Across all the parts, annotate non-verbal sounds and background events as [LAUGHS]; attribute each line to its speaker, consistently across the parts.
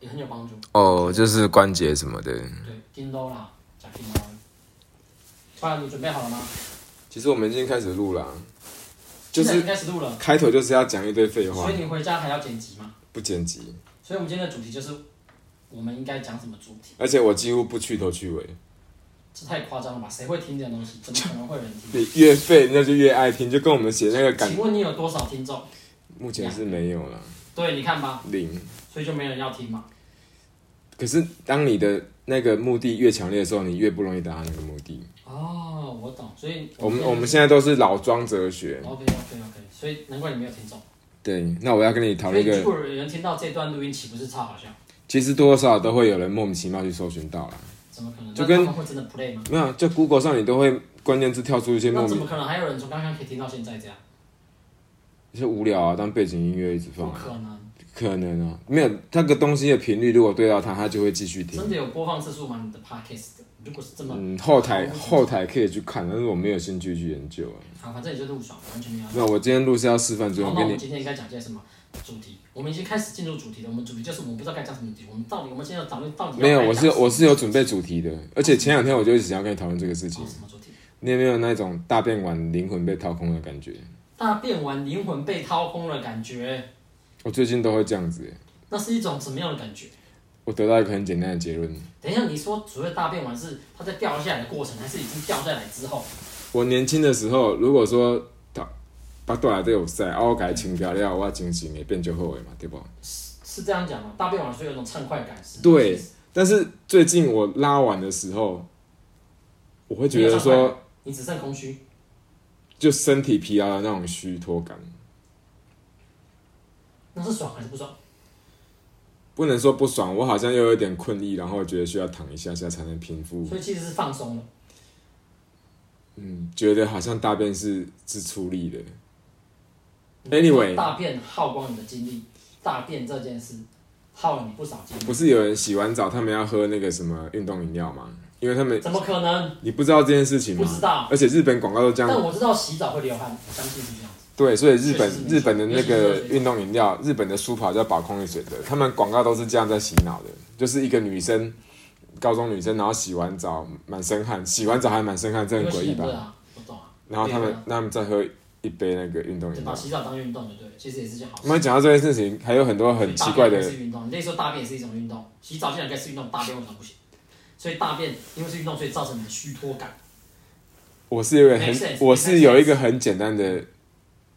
Speaker 1: 也很有帮助。
Speaker 2: 哦，就是关节什么的。
Speaker 1: 对，叮咚啦，讲叮咚。快，你准备好了吗？
Speaker 2: 其实我们已经开始录了啊，就
Speaker 1: 现在已经
Speaker 2: 是
Speaker 1: 开始录了，
Speaker 2: 开头就是要讲一堆废话
Speaker 1: 所以，你回家还要剪辑吗？
Speaker 2: 不剪辑，
Speaker 1: 所以我们今天的主题就是我们应该讲什么主题？
Speaker 2: 而且我几乎不去头去尾。
Speaker 1: 这太夸张了吧？谁会听这种东西？怎么可能会有人
Speaker 2: [LAUGHS]
Speaker 1: 听？
Speaker 2: 你越废，那就越爱听，就跟我们写那个感
Speaker 1: 请，问你有多少听众？
Speaker 2: 目前是没有了，
Speaker 1: 对，你看吧，
Speaker 2: 零。
Speaker 1: 所以就没人要听嘛。
Speaker 2: 可是当你的那个目的越强烈的时候，你越不容易达到那个目的。
Speaker 1: 哦，我懂，所以
Speaker 2: 我们我们现在都是老庄哲学。
Speaker 1: OK OK OK，所以难怪你没有听众。
Speaker 2: 对，那我要跟你
Speaker 1: 所
Speaker 2: 讨论
Speaker 1: 以
Speaker 2: 一个
Speaker 1: 如，果有人听到这段录音，岂不是超好笑？
Speaker 2: 其实多多少少都会有人莫名其妙去搜寻到啦。
Speaker 1: 怎么可能？
Speaker 2: 就跟
Speaker 1: 那他们会真的 play 吗？
Speaker 2: 没有，啊就 Google 上你都会关键字跳出一些莫
Speaker 1: 那怎
Speaker 2: 名
Speaker 1: 么，可能还有人从刚刚可以听到现在这样？
Speaker 2: 一些无聊啊，当背景音乐一直放
Speaker 1: 不
Speaker 2: 啊。
Speaker 1: 可能，
Speaker 2: 可能啊，没有那个东西的频率，如果对到它，它就会继续听
Speaker 1: 真。的有播放次数吗？你的 podcast 的如果是这么
Speaker 2: 嗯，后台后台可以去看，但是我没有兴趣去研究啊。
Speaker 1: 好，反正也就录爽，完全没有。
Speaker 2: 那我今天录是要示范，所以
Speaker 1: 好，
Speaker 2: 我
Speaker 1: 那我
Speaker 2: 跟
Speaker 1: 们
Speaker 2: 你
Speaker 1: 今天应该讲些什么主题？我们已经开始进入主题了。我们主题就是我们不知道该讲什么主题。我们到底我们现在讨论到底要
Speaker 2: 没有，
Speaker 1: 该
Speaker 2: 我是
Speaker 1: 讲什么
Speaker 2: 我是有准备主题的，而且前两天我就一直想要跟你讨论这个事情
Speaker 1: 哦。什么主题？
Speaker 2: 你有没有那种大便完灵魂被掏空的感觉？
Speaker 1: 大变完灵魂被掏空了感觉，
Speaker 2: 我最近都会这样子耶，
Speaker 1: 那是一种什么样的感觉？
Speaker 2: 我得到一个很简单的结论：
Speaker 1: 等一下，你说所谓大变完是它在掉下来的过程，还是已经掉下来之后？
Speaker 2: 我年轻的时候，如果说把把带来这有塞，啊，我改清掉了，我精神也变就后悔嘛，对不？
Speaker 1: 是这样讲吗？大便完是有一种畅快感，是
Speaker 2: 对，但是最近我拉完的时候，我会觉得
Speaker 1: 你有
Speaker 2: 说，
Speaker 1: 你只剩空虚，
Speaker 2: 就身体疲劳的那种虚脱感，
Speaker 1: 那是爽还是不爽？
Speaker 2: 不能说不爽，我好像又有点困意，然后觉得需要躺一下下才能平复。
Speaker 1: 所以其实是放松了。
Speaker 2: 嗯，觉得好像大便是是出力的。Anyway，
Speaker 1: 大便耗光你的精力，大便这件事耗了你不少精
Speaker 2: 不
Speaker 1: 力，
Speaker 2: 是有人洗完澡他们要喝那个什么运动饮料吗？因为他们
Speaker 1: 怎么可能？
Speaker 2: 你不知道这件事情吗？
Speaker 1: 不知道
Speaker 2: 而且日本广告都这
Speaker 1: 但
Speaker 2: 样，
Speaker 1: 我知道洗澡会流汗，我相信是这样子。
Speaker 2: 对，所以日本
Speaker 1: 确实是没错
Speaker 2: 日本的那
Speaker 1: 确实
Speaker 2: 个
Speaker 1: 是没错
Speaker 2: 运动饮料，日本的舒跑叫宝矿力水的，他们广告都是这样在洗脑的，就是一个女生，高中女生，然后洗完澡满身汗，洗完澡还满身汗，这很
Speaker 1: 因为
Speaker 2: 诡
Speaker 1: 洗
Speaker 2: 异
Speaker 1: 很
Speaker 2: 吧
Speaker 1: 热？啊，我懂啊，
Speaker 2: 然后他
Speaker 1: 对
Speaker 2: 们
Speaker 1: 啊
Speaker 2: 那他们再喝一杯那个运动
Speaker 1: 就
Speaker 2: 饮
Speaker 1: 把
Speaker 2: 料。
Speaker 1: 洗澡当运动就对了，其实也是件好
Speaker 2: 我
Speaker 1: 事。
Speaker 2: 们讲到这件事情，还有很多很奇
Speaker 1: 所
Speaker 2: 怪
Speaker 1: 以大便也
Speaker 2: 的，
Speaker 1: 是运动，你那时候大便也是一种运动，洗澡竟然该是运动，大便为什么不行？所以大便因为是运动，所以造成你的虚脱感。
Speaker 2: 我是有一个很
Speaker 1: Make sense，
Speaker 2: 我是
Speaker 1: make sense
Speaker 2: 有一个很简单的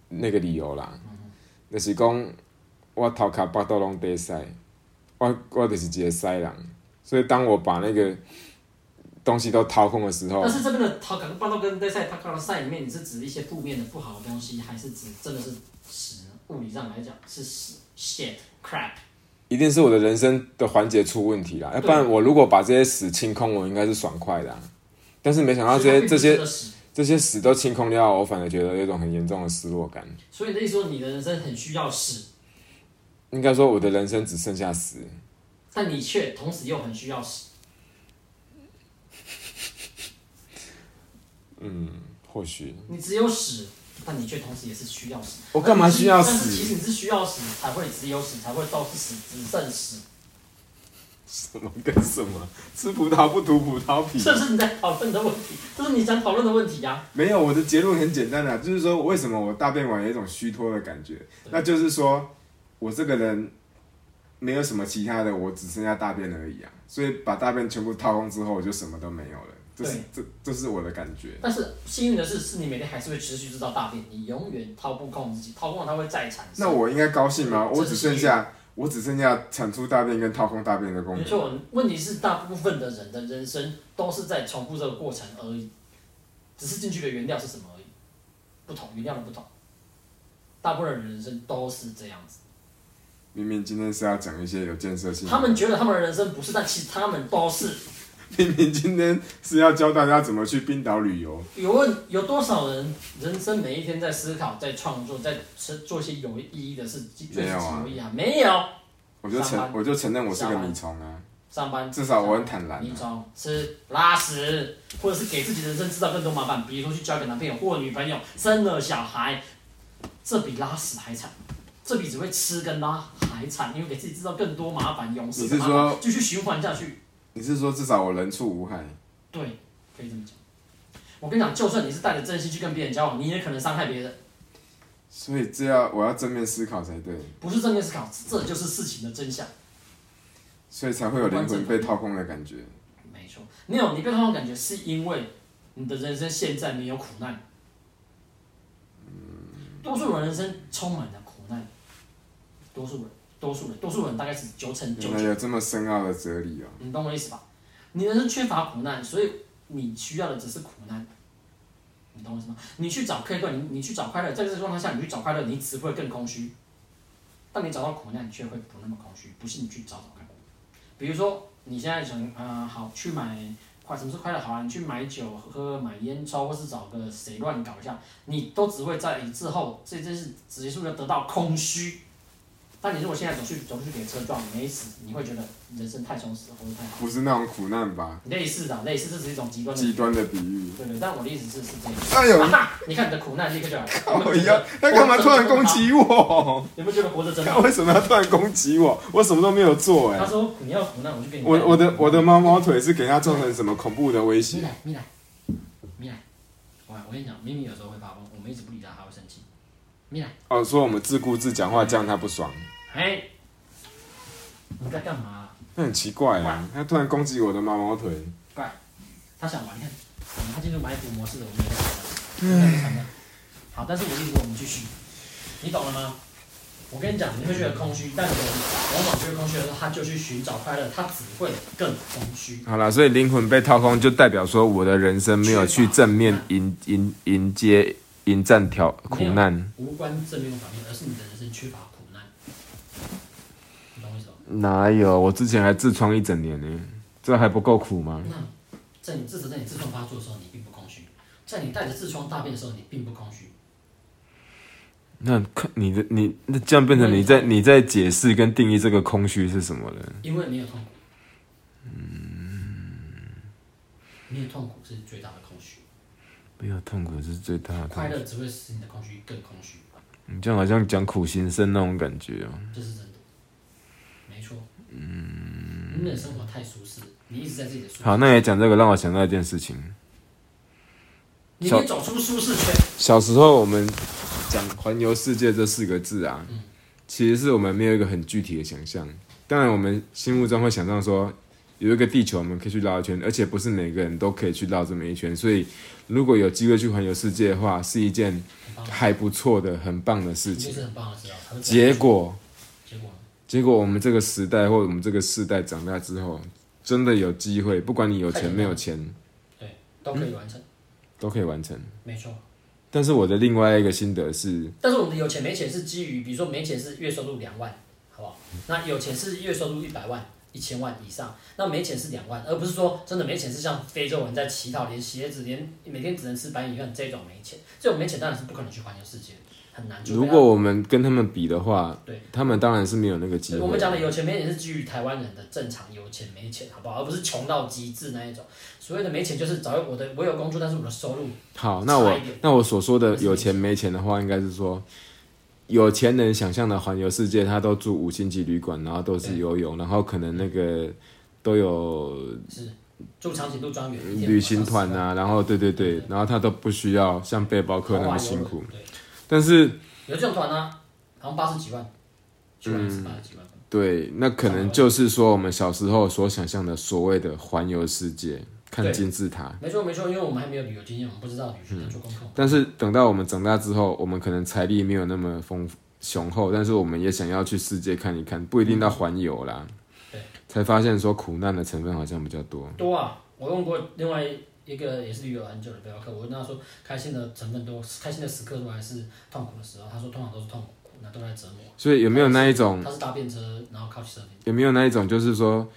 Speaker 2: 那个理由啦，就是讲我头壳巴肚拢得塞，我我就是一个塞人，所以当我把那个东西都掏空的时候
Speaker 1: 但，是这边的淘卡跟巴豆跟在赛，它卡的赛里面，你是指一些负面的不好的东西，还是指真的是屎呢？物理上来讲是屎，shit crap。
Speaker 2: 一定是我的人生的环节出问题啦，要不然我如果把这些屎清空，我应该是爽快的啊、但是没想到这
Speaker 1: 所以它
Speaker 2: 些
Speaker 1: [LAUGHS] 并
Speaker 2: 这
Speaker 1: 不是
Speaker 2: 些
Speaker 1: 个屎。
Speaker 2: 这些屎都清空掉，我反而觉得有一种很严重的失落感。
Speaker 1: 所以你的意思说你的人生很需要屎，
Speaker 2: 应该说我的人生只剩下屎，
Speaker 1: 但你却同时又很需要屎。
Speaker 2: 或许
Speaker 1: 你只有屎，但你却同时也是需要屎。
Speaker 2: 我干嘛需要
Speaker 1: 但是其
Speaker 2: 屎？
Speaker 1: 实你是需要屎才会只有屎，才会都是屎，只剩屎。
Speaker 2: 什么跟什么？吃葡萄不吐葡萄皮
Speaker 1: 这是你在讨论的问题，这是你想讨论的问题啊呀、
Speaker 2: 没有，我的结论很简单啊，就是说为什么我大便完有一种虚脱的感觉，那就是说我这个人没有什么其他的，我只剩下大便而已啊。所以把大便全部掏空之后，我就什么都没有了。这是这这是我的感觉。
Speaker 1: 但是幸运的是，是你每天还是会持续制造大便，你永远掏不空自己，掏空了它会再产生。
Speaker 2: 那我应该高兴吗？
Speaker 1: 这是
Speaker 2: 我只剩下我只剩下产出大便跟掏空大便的功
Speaker 1: 没
Speaker 2: 能。
Speaker 1: 错，问题是大部分的人的人生都是在重复这个过程而已，只是进去的原料是什么而已，不同原料的不同。大部分人的人生都是这样子，
Speaker 2: 明明今天是要讲一些有建设性的，
Speaker 1: 他们觉得他们的人生不是，但其实他们都是。
Speaker 2: [LAUGHS] 明明今天是要教大家怎么去冰岛旅游，
Speaker 1: 有问有多少人人生每一天在思考、在创作、在吃做一些有意义的事，最
Speaker 2: 没有啊
Speaker 1: 有意义啊？没有，
Speaker 2: 我就
Speaker 1: 上
Speaker 2: 承
Speaker 1: 班
Speaker 2: 我就承认我是个
Speaker 1: 下班
Speaker 2: 米虫啊，
Speaker 1: 上班
Speaker 2: 至少我很坦然、
Speaker 1: 你
Speaker 2: 啊。
Speaker 1: 从吃拉屎，或者是给自己人生制造更多麻烦，比如说去交一个男朋友或女朋友，生了小孩，这比拉屎还惨，这比只会吃跟拉排产，因为给自己制造更多麻烦，永世
Speaker 2: 你
Speaker 1: 的
Speaker 2: 是
Speaker 1: 麻
Speaker 2: 说
Speaker 1: 烦，继续循环下去。
Speaker 2: 你是说至少我人畜无害？
Speaker 1: 对，可以这么讲。我跟你讲，就算你是带着真心去跟别人交往，你也可能伤害别人。
Speaker 2: 所以这要我要正面思考才对，
Speaker 1: 不是正面思考，这就是事情的真相。
Speaker 2: 所以才会有灵魂被掏空的感觉。
Speaker 1: 没错，没有你被那种感觉，是因为你的人生现在没有苦难。多数人人生充满了苦难，多数人，多数人，多数人大概是九成九
Speaker 2: 原来有这么深奥的哲理哦、
Speaker 1: 你懂我意思吧？你人生缺乏苦难，所以你需要的只是苦难。你懂我意思吗？你去找快乐，你你去找快乐，在这个状态下，你去找快乐，你只会更空虚。当你找到苦难，你却会不那么空虚。不信你去找找看。比如说，你现在想，呃，好去买快什么是快乐？好啊，你去买酒喝、买烟抽，或是找个谁乱搞一下，你都只会在之后这件事结束要得到空虚。但你如果现在走去走出去给车撞，没死，你会觉得人生太充实，活得太好。
Speaker 2: 不是那种苦难吧？
Speaker 1: 类似的，类似，这只是一种极端的。
Speaker 2: 极端的比喻。
Speaker 1: 对对，但我的意思是是这样。啊
Speaker 2: 哎呦，
Speaker 1: 你看你的苦难立刻就来了。[LAUGHS]
Speaker 2: 靠呀！他干嘛突然攻击我？ [LAUGHS]
Speaker 1: 有没有觉得活着真
Speaker 2: 他
Speaker 1: 好？
Speaker 2: 为什么要突然攻击我？我什么都没有做哎、
Speaker 1: 他说你要苦难，我就给你带。
Speaker 2: 我我的我的猫猫腿是给他造成什么恐怖的威
Speaker 1: 米
Speaker 2: 胁？
Speaker 1: 奶米奶米奶，我我跟你讲，咪咪有时候会发疯，我们一直不理他，他会生气。米奶，
Speaker 2: 哦，说我们自顾自讲话，这样他不爽，
Speaker 1: 哎，你在干嘛？
Speaker 2: 那很奇怪啊！他突然攻击我的猫猫腿，
Speaker 1: 他想玩，你看，我们他进入埋伏模式了，我们也在玩，在玩好，但是我一直我们继续，你懂了吗？我跟你讲，你会觉得空虚，但人往往觉得空虚的时候，他就去寻找快乐，他只会更空虚。
Speaker 2: 好啦，所以灵魂被掏空，就代表说我的人生没有去正面迎
Speaker 1: 啊
Speaker 2: 迎迎接迎战挑苦难。
Speaker 1: 无关正面反面，而是你的人生缺乏苦难。你懂我意思吗？
Speaker 2: 哪有？我之前还痔疮一整年呢，这还不够苦吗？
Speaker 1: 那在你至少在你痔疮发作的时候，你并不空虚；在你带着痔疮大便的时候，你并不空虚。
Speaker 2: 那看你的你那这样变成你在你在解释跟定义这个空虚是什么了？
Speaker 1: 因为没有痛苦。嗯。没有痛苦是最大的空虚，
Speaker 2: 没有哎痛苦是最大的痛
Speaker 1: 快
Speaker 2: 苦。
Speaker 1: 乐只会使你的空虚更空虚，
Speaker 2: 你这样好像讲苦行僧那种感觉哦、
Speaker 1: 这是真的。没错。嗯。你的生活太舒适，你一直在自己的舒适。
Speaker 2: 好，那也讲这个让我想到一件事情。
Speaker 1: 你可以走出舒适圈。
Speaker 2: 小时候我们讲“环游世界”这四个字啊，其实是我们没有一个很具体的想象。当然，我们心目中会想象说有一个地球，我们可以去绕一圈，而且不是每个人都可以去绕这么一圈。所以，如果有机会去环游世界的话，是一件还不错的、很棒的事
Speaker 1: 这
Speaker 2: 情。
Speaker 1: 是很棒的事啊！才会走出
Speaker 2: 结果，
Speaker 1: 结果呢
Speaker 2: 结果我们这个时代或我们这个世代长大之后，真的有机会，不管你有钱没有钱，
Speaker 1: 都可以完成，
Speaker 2: 都可以完成。
Speaker 1: 没错。
Speaker 2: 但是我的另外一个心得是，
Speaker 1: 但是我们的有钱没钱是基于，比如说没钱是月收入两万，好不好？那有钱是月收入一百万、一千万以上，那没钱是两万，而不是说真的没钱是像非洲人在乞讨，连鞋子连每天只能吃白米饭这种没钱，这种没钱当然是不可能去环游世界的，很难做。
Speaker 2: 如果我们跟他们比的话
Speaker 1: 对，
Speaker 2: 他们当然是没有那个机
Speaker 1: 我
Speaker 2: 会
Speaker 1: 们。讲的有钱没钱是基于台湾人的正常有钱没钱，好不好？而不是穷到极致那一种。所谓的没钱就是找我的我有工作，但是我的收入
Speaker 2: 好，那我
Speaker 1: 差一点
Speaker 2: 那我所说的有钱没钱的话，应该是说，有钱人想象的环游世界，他都住五星级旅馆，然后都是游泳，然后可能那个都有
Speaker 1: 住长颈鹿庄园、一天
Speaker 2: 嗯旅行团
Speaker 1: 晚上
Speaker 2: 啊，然后对对对，
Speaker 1: 嗯
Speaker 2: 然后他都不需要像背包
Speaker 1: 十
Speaker 2: 客
Speaker 1: 万豪华
Speaker 2: 那么
Speaker 1: 游
Speaker 2: 辛
Speaker 1: 轮
Speaker 2: 苦。
Speaker 1: 对。
Speaker 2: 但是
Speaker 1: 有这种团啊，好像八十几万，去玩一
Speaker 2: 嗯
Speaker 1: 次八十几万。
Speaker 2: 对，那可能就是说我们小时候所想象的所谓的环游世界，看
Speaker 1: 对
Speaker 2: 金字塔。
Speaker 1: 没错没错，因为我们还没有旅游经验，我们不知道旅行要做功课。
Speaker 2: 但是等到我们长大之后，我们可能财力没有那么丰富雄厚，但是我们也想要去世界看一看，不一定到环游啦。
Speaker 1: 对
Speaker 2: 才发现说苦难的成分好像比较多。
Speaker 1: 多啊，我问过另外一个也是旅游很久的背包客，我问他说，开心的成分多，开心的时刻多还是痛苦的时候？他说通常都是痛苦，那都在折磨。
Speaker 2: 所以有没有那一种，
Speaker 1: 他是搭便车，然后靠骑车停。
Speaker 2: 有没有那一种，就是说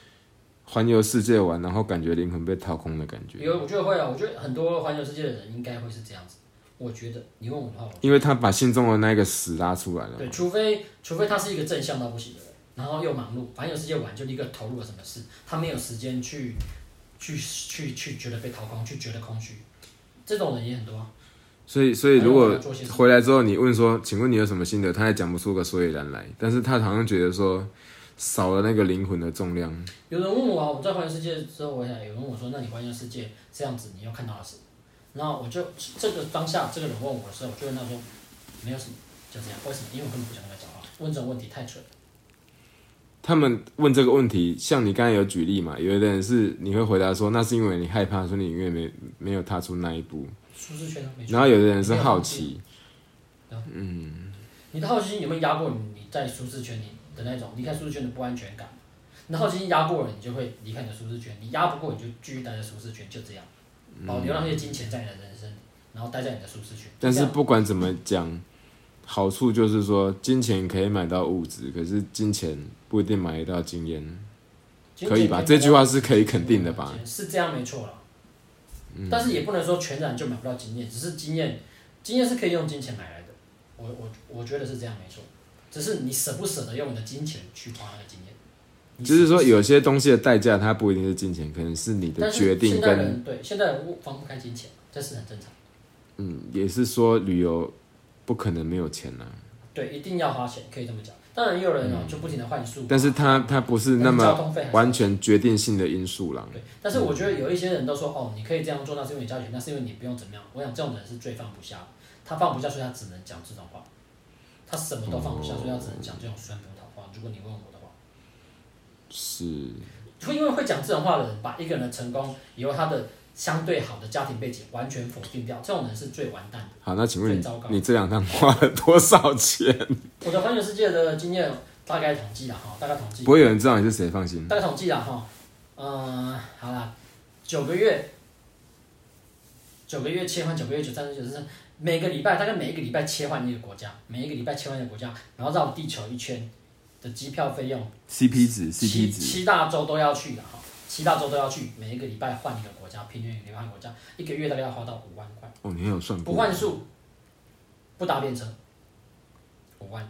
Speaker 2: 环游世界玩，然后感觉灵魂被掏空的感觉？
Speaker 1: 有，我觉得会啊，我觉得很多环游世界的人应该会是这样子。我觉得你问我的话，我
Speaker 2: 因为他把心中的那个屎拉出来了。
Speaker 1: 对，除非除非他是一个正向到不行的人，然后又忙碌，反正有时间玩就立刻投入了什么事，他没有时间去去去去觉得被掏空，去觉得空虚，这种人也很多啊。
Speaker 2: 所以，所以如
Speaker 1: 还有
Speaker 2: 果
Speaker 1: 我做些什么
Speaker 2: 回来之后你问说，请问你有什么心得，他也讲不出个所以然来。但是他好像觉得说少了那个灵魂的重量。
Speaker 1: 有人问我啊，我在环游世界之后回来，有人问我说：“那你环游世界这样子，你又看到了什么？”然后我就这个当下，这个人问我的时候，我就问他说：“没有什么，就这样。为什么？因为我根本不想跟他讲话，问这种问题太蠢了。
Speaker 2: 他们问这个问题，像你刚才有举例嘛，有的人是你会回答说，那是因为你害怕，所以你永远没没有踏出那一步。
Speaker 1: 舒适圈啊没出
Speaker 2: 然后有的人是好奇，
Speaker 1: 你的好奇心有没有压过你你在舒适圈里的那种离开舒适圈的不安全感？你的好奇心压过了，你就会离开你的舒适圈；你压不过，你就继续待在舒适圈，就这样，保留那些金钱在你的人生里，然后待在你的舒适圈。
Speaker 2: 但
Speaker 1: 这
Speaker 2: 是
Speaker 1: 样
Speaker 2: 不管怎么讲，好处就是说，金钱可以买到物质，可是金钱不一定买得到经验，
Speaker 1: 金
Speaker 2: 可
Speaker 1: 钱
Speaker 2: 以吧？
Speaker 1: 以
Speaker 2: 这句
Speaker 1: 买
Speaker 2: 话是可以肯定的吧？？嗯
Speaker 1: 是这样没错了。但是也不能说全然就买不到经验，只是经验，经验是可以用金钱买来的。我我我觉得是这样没错，只是你舍不舍得用你的金钱去花那个经验。你
Speaker 2: 就
Speaker 1: 舍
Speaker 2: 是
Speaker 1: 不
Speaker 2: 说，
Speaker 1: 舍
Speaker 2: 有些东西的代价，它不一定是金钱，可能是你的
Speaker 1: 但是
Speaker 2: 决定
Speaker 1: 现代
Speaker 2: 跟
Speaker 1: 人对现代人放不开金钱，这是很正常。
Speaker 2: 嗯，也是说旅游不可能没有钱啊呐、
Speaker 1: 对，一定要花钱，可以这么讲。当然，也有人哦、就不停的换宿，
Speaker 2: 嗯但是它它不是
Speaker 1: 但
Speaker 2: 那
Speaker 1: 交
Speaker 2: 么
Speaker 1: 通费啊还是
Speaker 2: 完全决定性的因素啦。
Speaker 1: 对。但是我觉得有一些人都说哦，你可以这样做，那是因为你交钱，那是因为你不用怎么样。我想这种人是最放不下的，他放不下，所以他只能讲这种话，他什么都放不下，所以他只能讲这种酸葡萄话。如果你问我的话，
Speaker 2: 是，
Speaker 1: 会因为会讲这种话的人，把一个人的成功由他的相对好的家庭背景完全否定掉，这种人是最完蛋的。
Speaker 2: 好，那请问
Speaker 1: 最
Speaker 2: 你
Speaker 1: 糟糕
Speaker 2: 你这两趟花了多少钱？ [LAUGHS]
Speaker 1: 我的环球世界的经验大概统计了啊哈，大概统计
Speaker 2: 不会有人知道你是谁，放心。
Speaker 1: 大概统计了啊哈，嗯，好啦，九个月，九个月切换九个月九三十九是每个礼拜大概每一个礼拜切换一个国家，每一个礼拜切换一个国家，然后绕地球一圈的机票费用，
Speaker 2: CP 值
Speaker 1: 七七大洲都要去的哈，七大洲都要去，每一个礼拜换一个国家，平均一个礼拜换一个国家，一个月大概要花到五万块，
Speaker 2: 哦，你很有算
Speaker 1: 不
Speaker 2: 过？
Speaker 1: 换宿，不搭便车，五万，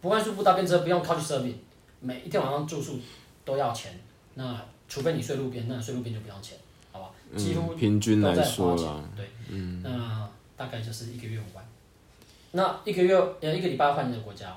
Speaker 1: 不换宿不搭便车，不用 couch surfing，每一天晚上住宿都要钱，那除非你睡路边，那睡路边就不用钱，好吧？几乎
Speaker 2: 嗯，平均
Speaker 1: 都
Speaker 2: 来
Speaker 1: 在
Speaker 2: 说
Speaker 1: 花钱
Speaker 2: 啦，，嗯
Speaker 1: 对，那大概就是一个月五万，那一个月呃一个礼拜换一个国家哦，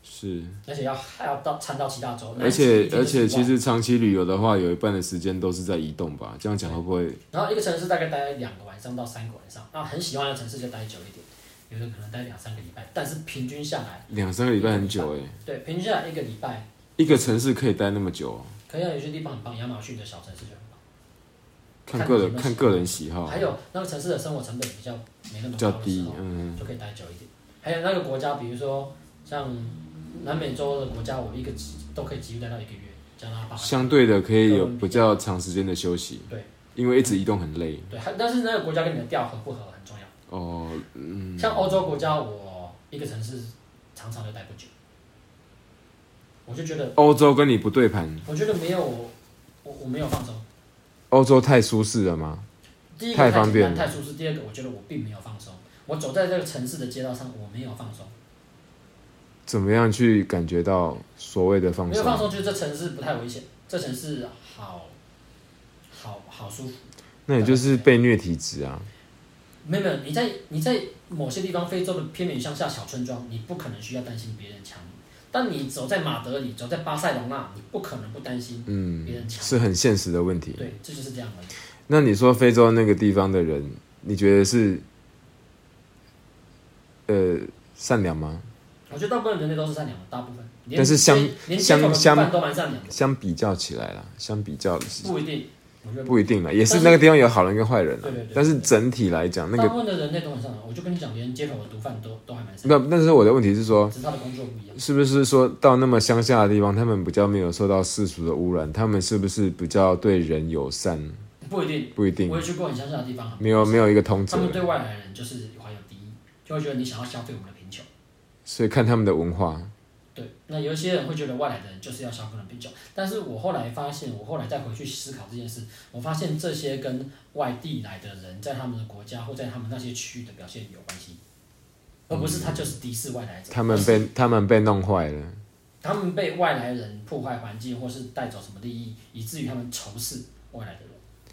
Speaker 2: 是。
Speaker 1: 而且要还要到掺哦到七大洲，
Speaker 2: 嗯而且而且，
Speaker 1: 实。
Speaker 2: 其实长期旅游的话，有一半的时间都是在移动吧？这样讲会不会？
Speaker 1: 然后一个城市大概待两个晚上到三个晚上，那很喜欢的城市就待久一点，有的可能待两三个礼拜，但是平均下来，
Speaker 2: 两三个礼拜很久哎、
Speaker 1: 对，平均下来一个礼拜，
Speaker 2: 一个城市可以待那么久哦、
Speaker 1: 可以啊有些地方很棒，亚马逊的小城市就很棒，
Speaker 2: 看
Speaker 1: 看
Speaker 2: 个
Speaker 1: 你
Speaker 2: 人
Speaker 1: 们
Speaker 2: 看
Speaker 1: 喜
Speaker 2: 个人喜好，
Speaker 1: 还有那个城市的生活成本比较没那么
Speaker 2: 哦比较
Speaker 1: 高的时
Speaker 2: 低
Speaker 1: 候，，
Speaker 2: 嗯，
Speaker 1: 就可以待久一点。还有那个国家，比如说像南美洲的国家，我一个都可以几乎待到一个月，加拿大。
Speaker 2: 相对的可以有
Speaker 1: 嗯
Speaker 2: 比较长时间的休息，
Speaker 1: 啊对，
Speaker 2: 因为一直移动很累
Speaker 1: 对，还但是那个国家跟你的调合不合很重要。
Speaker 2: 哦，嗯，
Speaker 1: 像欧洲国家，我一个城市常常就待不久，我就觉得
Speaker 2: 欧洲跟你不对盘，
Speaker 1: 我觉得没有，我我没有放松。
Speaker 2: 欧洲太舒适了吗？
Speaker 1: 第一个
Speaker 2: 太
Speaker 1: 太
Speaker 2: 方便
Speaker 1: 简
Speaker 2: 了
Speaker 1: 单太舒适。第二个，我觉得我并没有放松。我走在这个城市的街道上，我没有放松。
Speaker 2: 怎么样去感觉到所谓的放
Speaker 1: 没有放
Speaker 2: 松？
Speaker 1: 松，就是这城市不太危险，这城市好，好好舒服。
Speaker 2: 那也就是被虐体质啊，
Speaker 1: 没有没有，你在你在某些地方，非洲的偏远乡下小村庄，你不可能需要担心别人抢你。但你走在马德里，走在巴塞隆纳，你不可能不担心
Speaker 2: 嗯
Speaker 1: 别，人抢。
Speaker 2: 是很现实的问题。
Speaker 1: 对，这就是这样而已。
Speaker 2: 那你说非洲那个地方的人，你觉得是呃善良吗？
Speaker 1: 我觉得大部分人类都是善良的，大部分。连
Speaker 2: 但是相
Speaker 1: 连连街
Speaker 2: 相
Speaker 1: 口的
Speaker 2: 相
Speaker 1: 毒贩都蛮善良的，
Speaker 2: 相比较起来啦，相比较
Speaker 1: 不一定。我觉得
Speaker 2: 不一定啦，也是那个地方有好人跟坏人啦
Speaker 1: 对对对。
Speaker 2: 但是整体来讲，那
Speaker 1: 大
Speaker 2: 个
Speaker 1: 部分的人类都很善良，我就跟你讲，连街口的毒贩都都还蛮善
Speaker 2: 那但是我的问题是说
Speaker 1: 良，，只是他的工作不一样。
Speaker 2: 是不是说到那么乡下的地方，他们比较没有受到世俗的污染，他们是不是比较对人友善？
Speaker 1: 不一定，
Speaker 2: 不一定
Speaker 1: 我，也去过很乡下的地方，
Speaker 2: 没有没有一个通
Speaker 1: 他
Speaker 2: 则，
Speaker 1: 哦们对外来人就是怀有敌意，就会觉得你想要消费我们的贫穷。
Speaker 2: 所以看他们的文化。
Speaker 1: 对，那有一些人会觉得外来的人就是要消费我们的贫穷，但是我后来发现，我后来再回去思考这件事，我发现这些跟外地来的人在他们的国家或在他们那些区域的表现有关系，而不是他就是敌视外来者，
Speaker 2: 他们
Speaker 1: 而是
Speaker 2: 被他们被弄坏了，
Speaker 1: 他们被外来人破坏环境，或是带走什么利益，以至于他们仇视外来的人。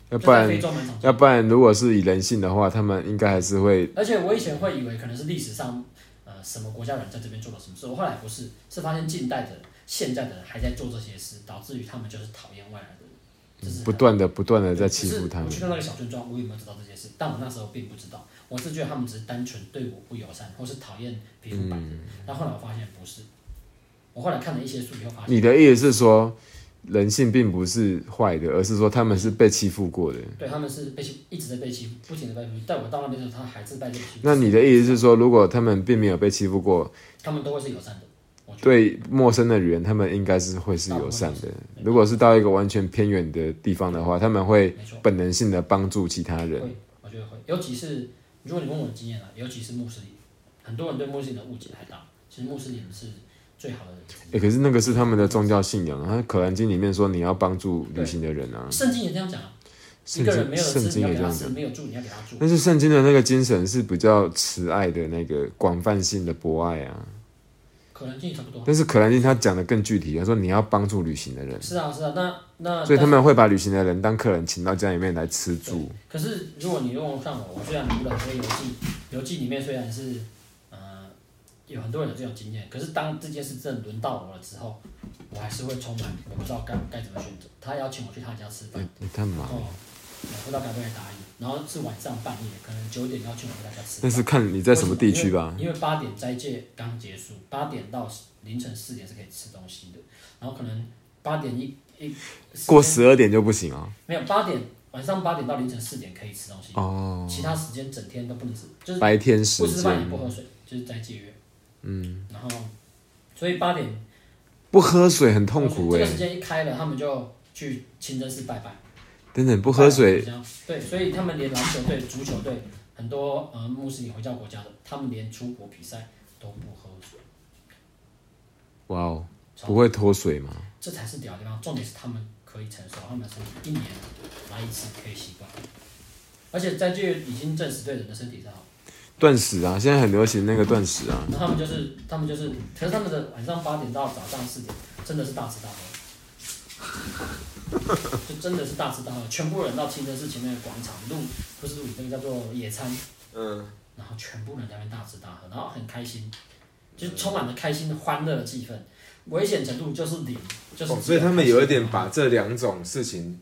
Speaker 1: 就
Speaker 3: 要呃不
Speaker 1: 在
Speaker 3: 然
Speaker 1: 非洲蛮常见。
Speaker 3: 要不然如果是以人性的话，他们应该还是会
Speaker 1: 而且我以前会以为可能是历史上呃什么国家人在这边做了什么事，我后来不是，是发现近代的人、现在的人还在做这些事，导致于他们就是讨厌外来的人，就是
Speaker 3: 不断的不断的
Speaker 1: 对
Speaker 3: 在
Speaker 1: 只
Speaker 3: 欺
Speaker 1: 是
Speaker 3: 负他
Speaker 1: 我
Speaker 3: 们
Speaker 1: 去。到那个小村庄，我有没有知道这件事？但我那时候并不知道，我是觉得他们只是单纯对我不友善，或是讨厌皮
Speaker 3: 嗯
Speaker 1: 肤白的。但后来我发现不是，我后来看了一些书以后发现，
Speaker 3: 你的意思是说，人性并不是坏的，而是说他们是被欺负过的。
Speaker 1: 对他们是被欺，一直在被欺负，不停的被欺负。但我到那边的时候，他还是在被欺负。
Speaker 3: 那你的意思是说，如果他们并没有被欺负过，
Speaker 1: 他们都会是友善的，我觉得
Speaker 3: 对陌生的人，他们应该是会是友
Speaker 1: 哦
Speaker 3: 善的。如果是到一个完全偏远的地方的话，他们会
Speaker 1: 没错。
Speaker 3: 本能性的帮助其他人。
Speaker 1: 会，我觉得会，尤其是如果你问我的经验啊，尤其是穆斯林，很多人对穆斯林的误解太大。其实穆斯林是最好的
Speaker 3: 诶，欸可是那个是他们的宗教信仰啊，《可兰经》里面说你要帮助旅行的人啊
Speaker 1: 人，，圣经也这样讲啊，一
Speaker 3: 圣
Speaker 1: 个人没
Speaker 3: 经
Speaker 1: 有
Speaker 3: 圣
Speaker 1: 吃你
Speaker 3: 经
Speaker 1: 要
Speaker 3: 也
Speaker 1: 给
Speaker 3: 这
Speaker 1: 他
Speaker 3: 样
Speaker 1: 吃，
Speaker 3: 讲。嗯
Speaker 1: 没有住你要给他住。
Speaker 3: 但是圣经的那个精神是比较慈爱的那个广泛性的博爱啊，
Speaker 1: 可能经也差不多。
Speaker 3: 但是《可兰经》它讲的更具体，他说你要帮助旅行的人，
Speaker 1: 是啊是啊，那那
Speaker 3: 所以他
Speaker 1: 但
Speaker 3: 们会把旅行的人当客人请到家里面来吃住。
Speaker 1: 可是如果你问我看我，我虽然读了很多游记，游记里面虽然是呃有很多人有这种经验，可是当这件事真的轮到我了之后，我还是会充满我不知道该该怎么选择。他邀请我去他家吃
Speaker 3: 诶
Speaker 1: 饭。
Speaker 3: 哎你干嘛？
Speaker 1: 哦，我不知道该不该答应。然后是晚上半夜，可能九点要去我们家吃。
Speaker 3: 但是看你在什么地区吧。
Speaker 1: 因为八点斋戒刚结束，八点到凌晨四点是可以吃东西的。然后可能八点一一
Speaker 3: 过
Speaker 1: 时
Speaker 3: 十二点就不行哦。
Speaker 1: 间没有八点晚上八点到凌晨四点可以吃东西，
Speaker 3: 哦，
Speaker 1: 其他时间整天都不能吃，就是
Speaker 3: 白天时
Speaker 1: 不吃饭也
Speaker 3: 间
Speaker 1: 不喝水，就是斋戒月。嗯。然后，所以八点
Speaker 3: 不喝水很痛苦
Speaker 1: 哦这
Speaker 3: 哎
Speaker 1: 个时。间一开了，他们就去清真寺拜拜。
Speaker 3: 等等，不喝水，
Speaker 1: 对，所以他们连篮球队、足球队，很多呃穆斯林回教国家的，他们连出国比赛都不喝水，
Speaker 3: 哇哦，不会脱水吗？
Speaker 1: 这才是屌的地方。重点是他们可以承受，他们身体一年来一次可以习惯，而且在这已经证实对人的身体是好。
Speaker 3: 断食啊，现在很流行那个断食啊。
Speaker 1: 那他们就是他们就是，可是他们的晚上八点到早上四点真的是大吃大喝，就真的是大吃大喝，全部人到清真寺前面的广场露，不是露营，那个叫做野餐。
Speaker 2: 嗯，
Speaker 1: 然后全部人在那边大吃大喝，然后很开心，就是充满了开心欢乐的气氛。危险程度就是零，就是、
Speaker 2: 哦，所以他们有一点把这两种事情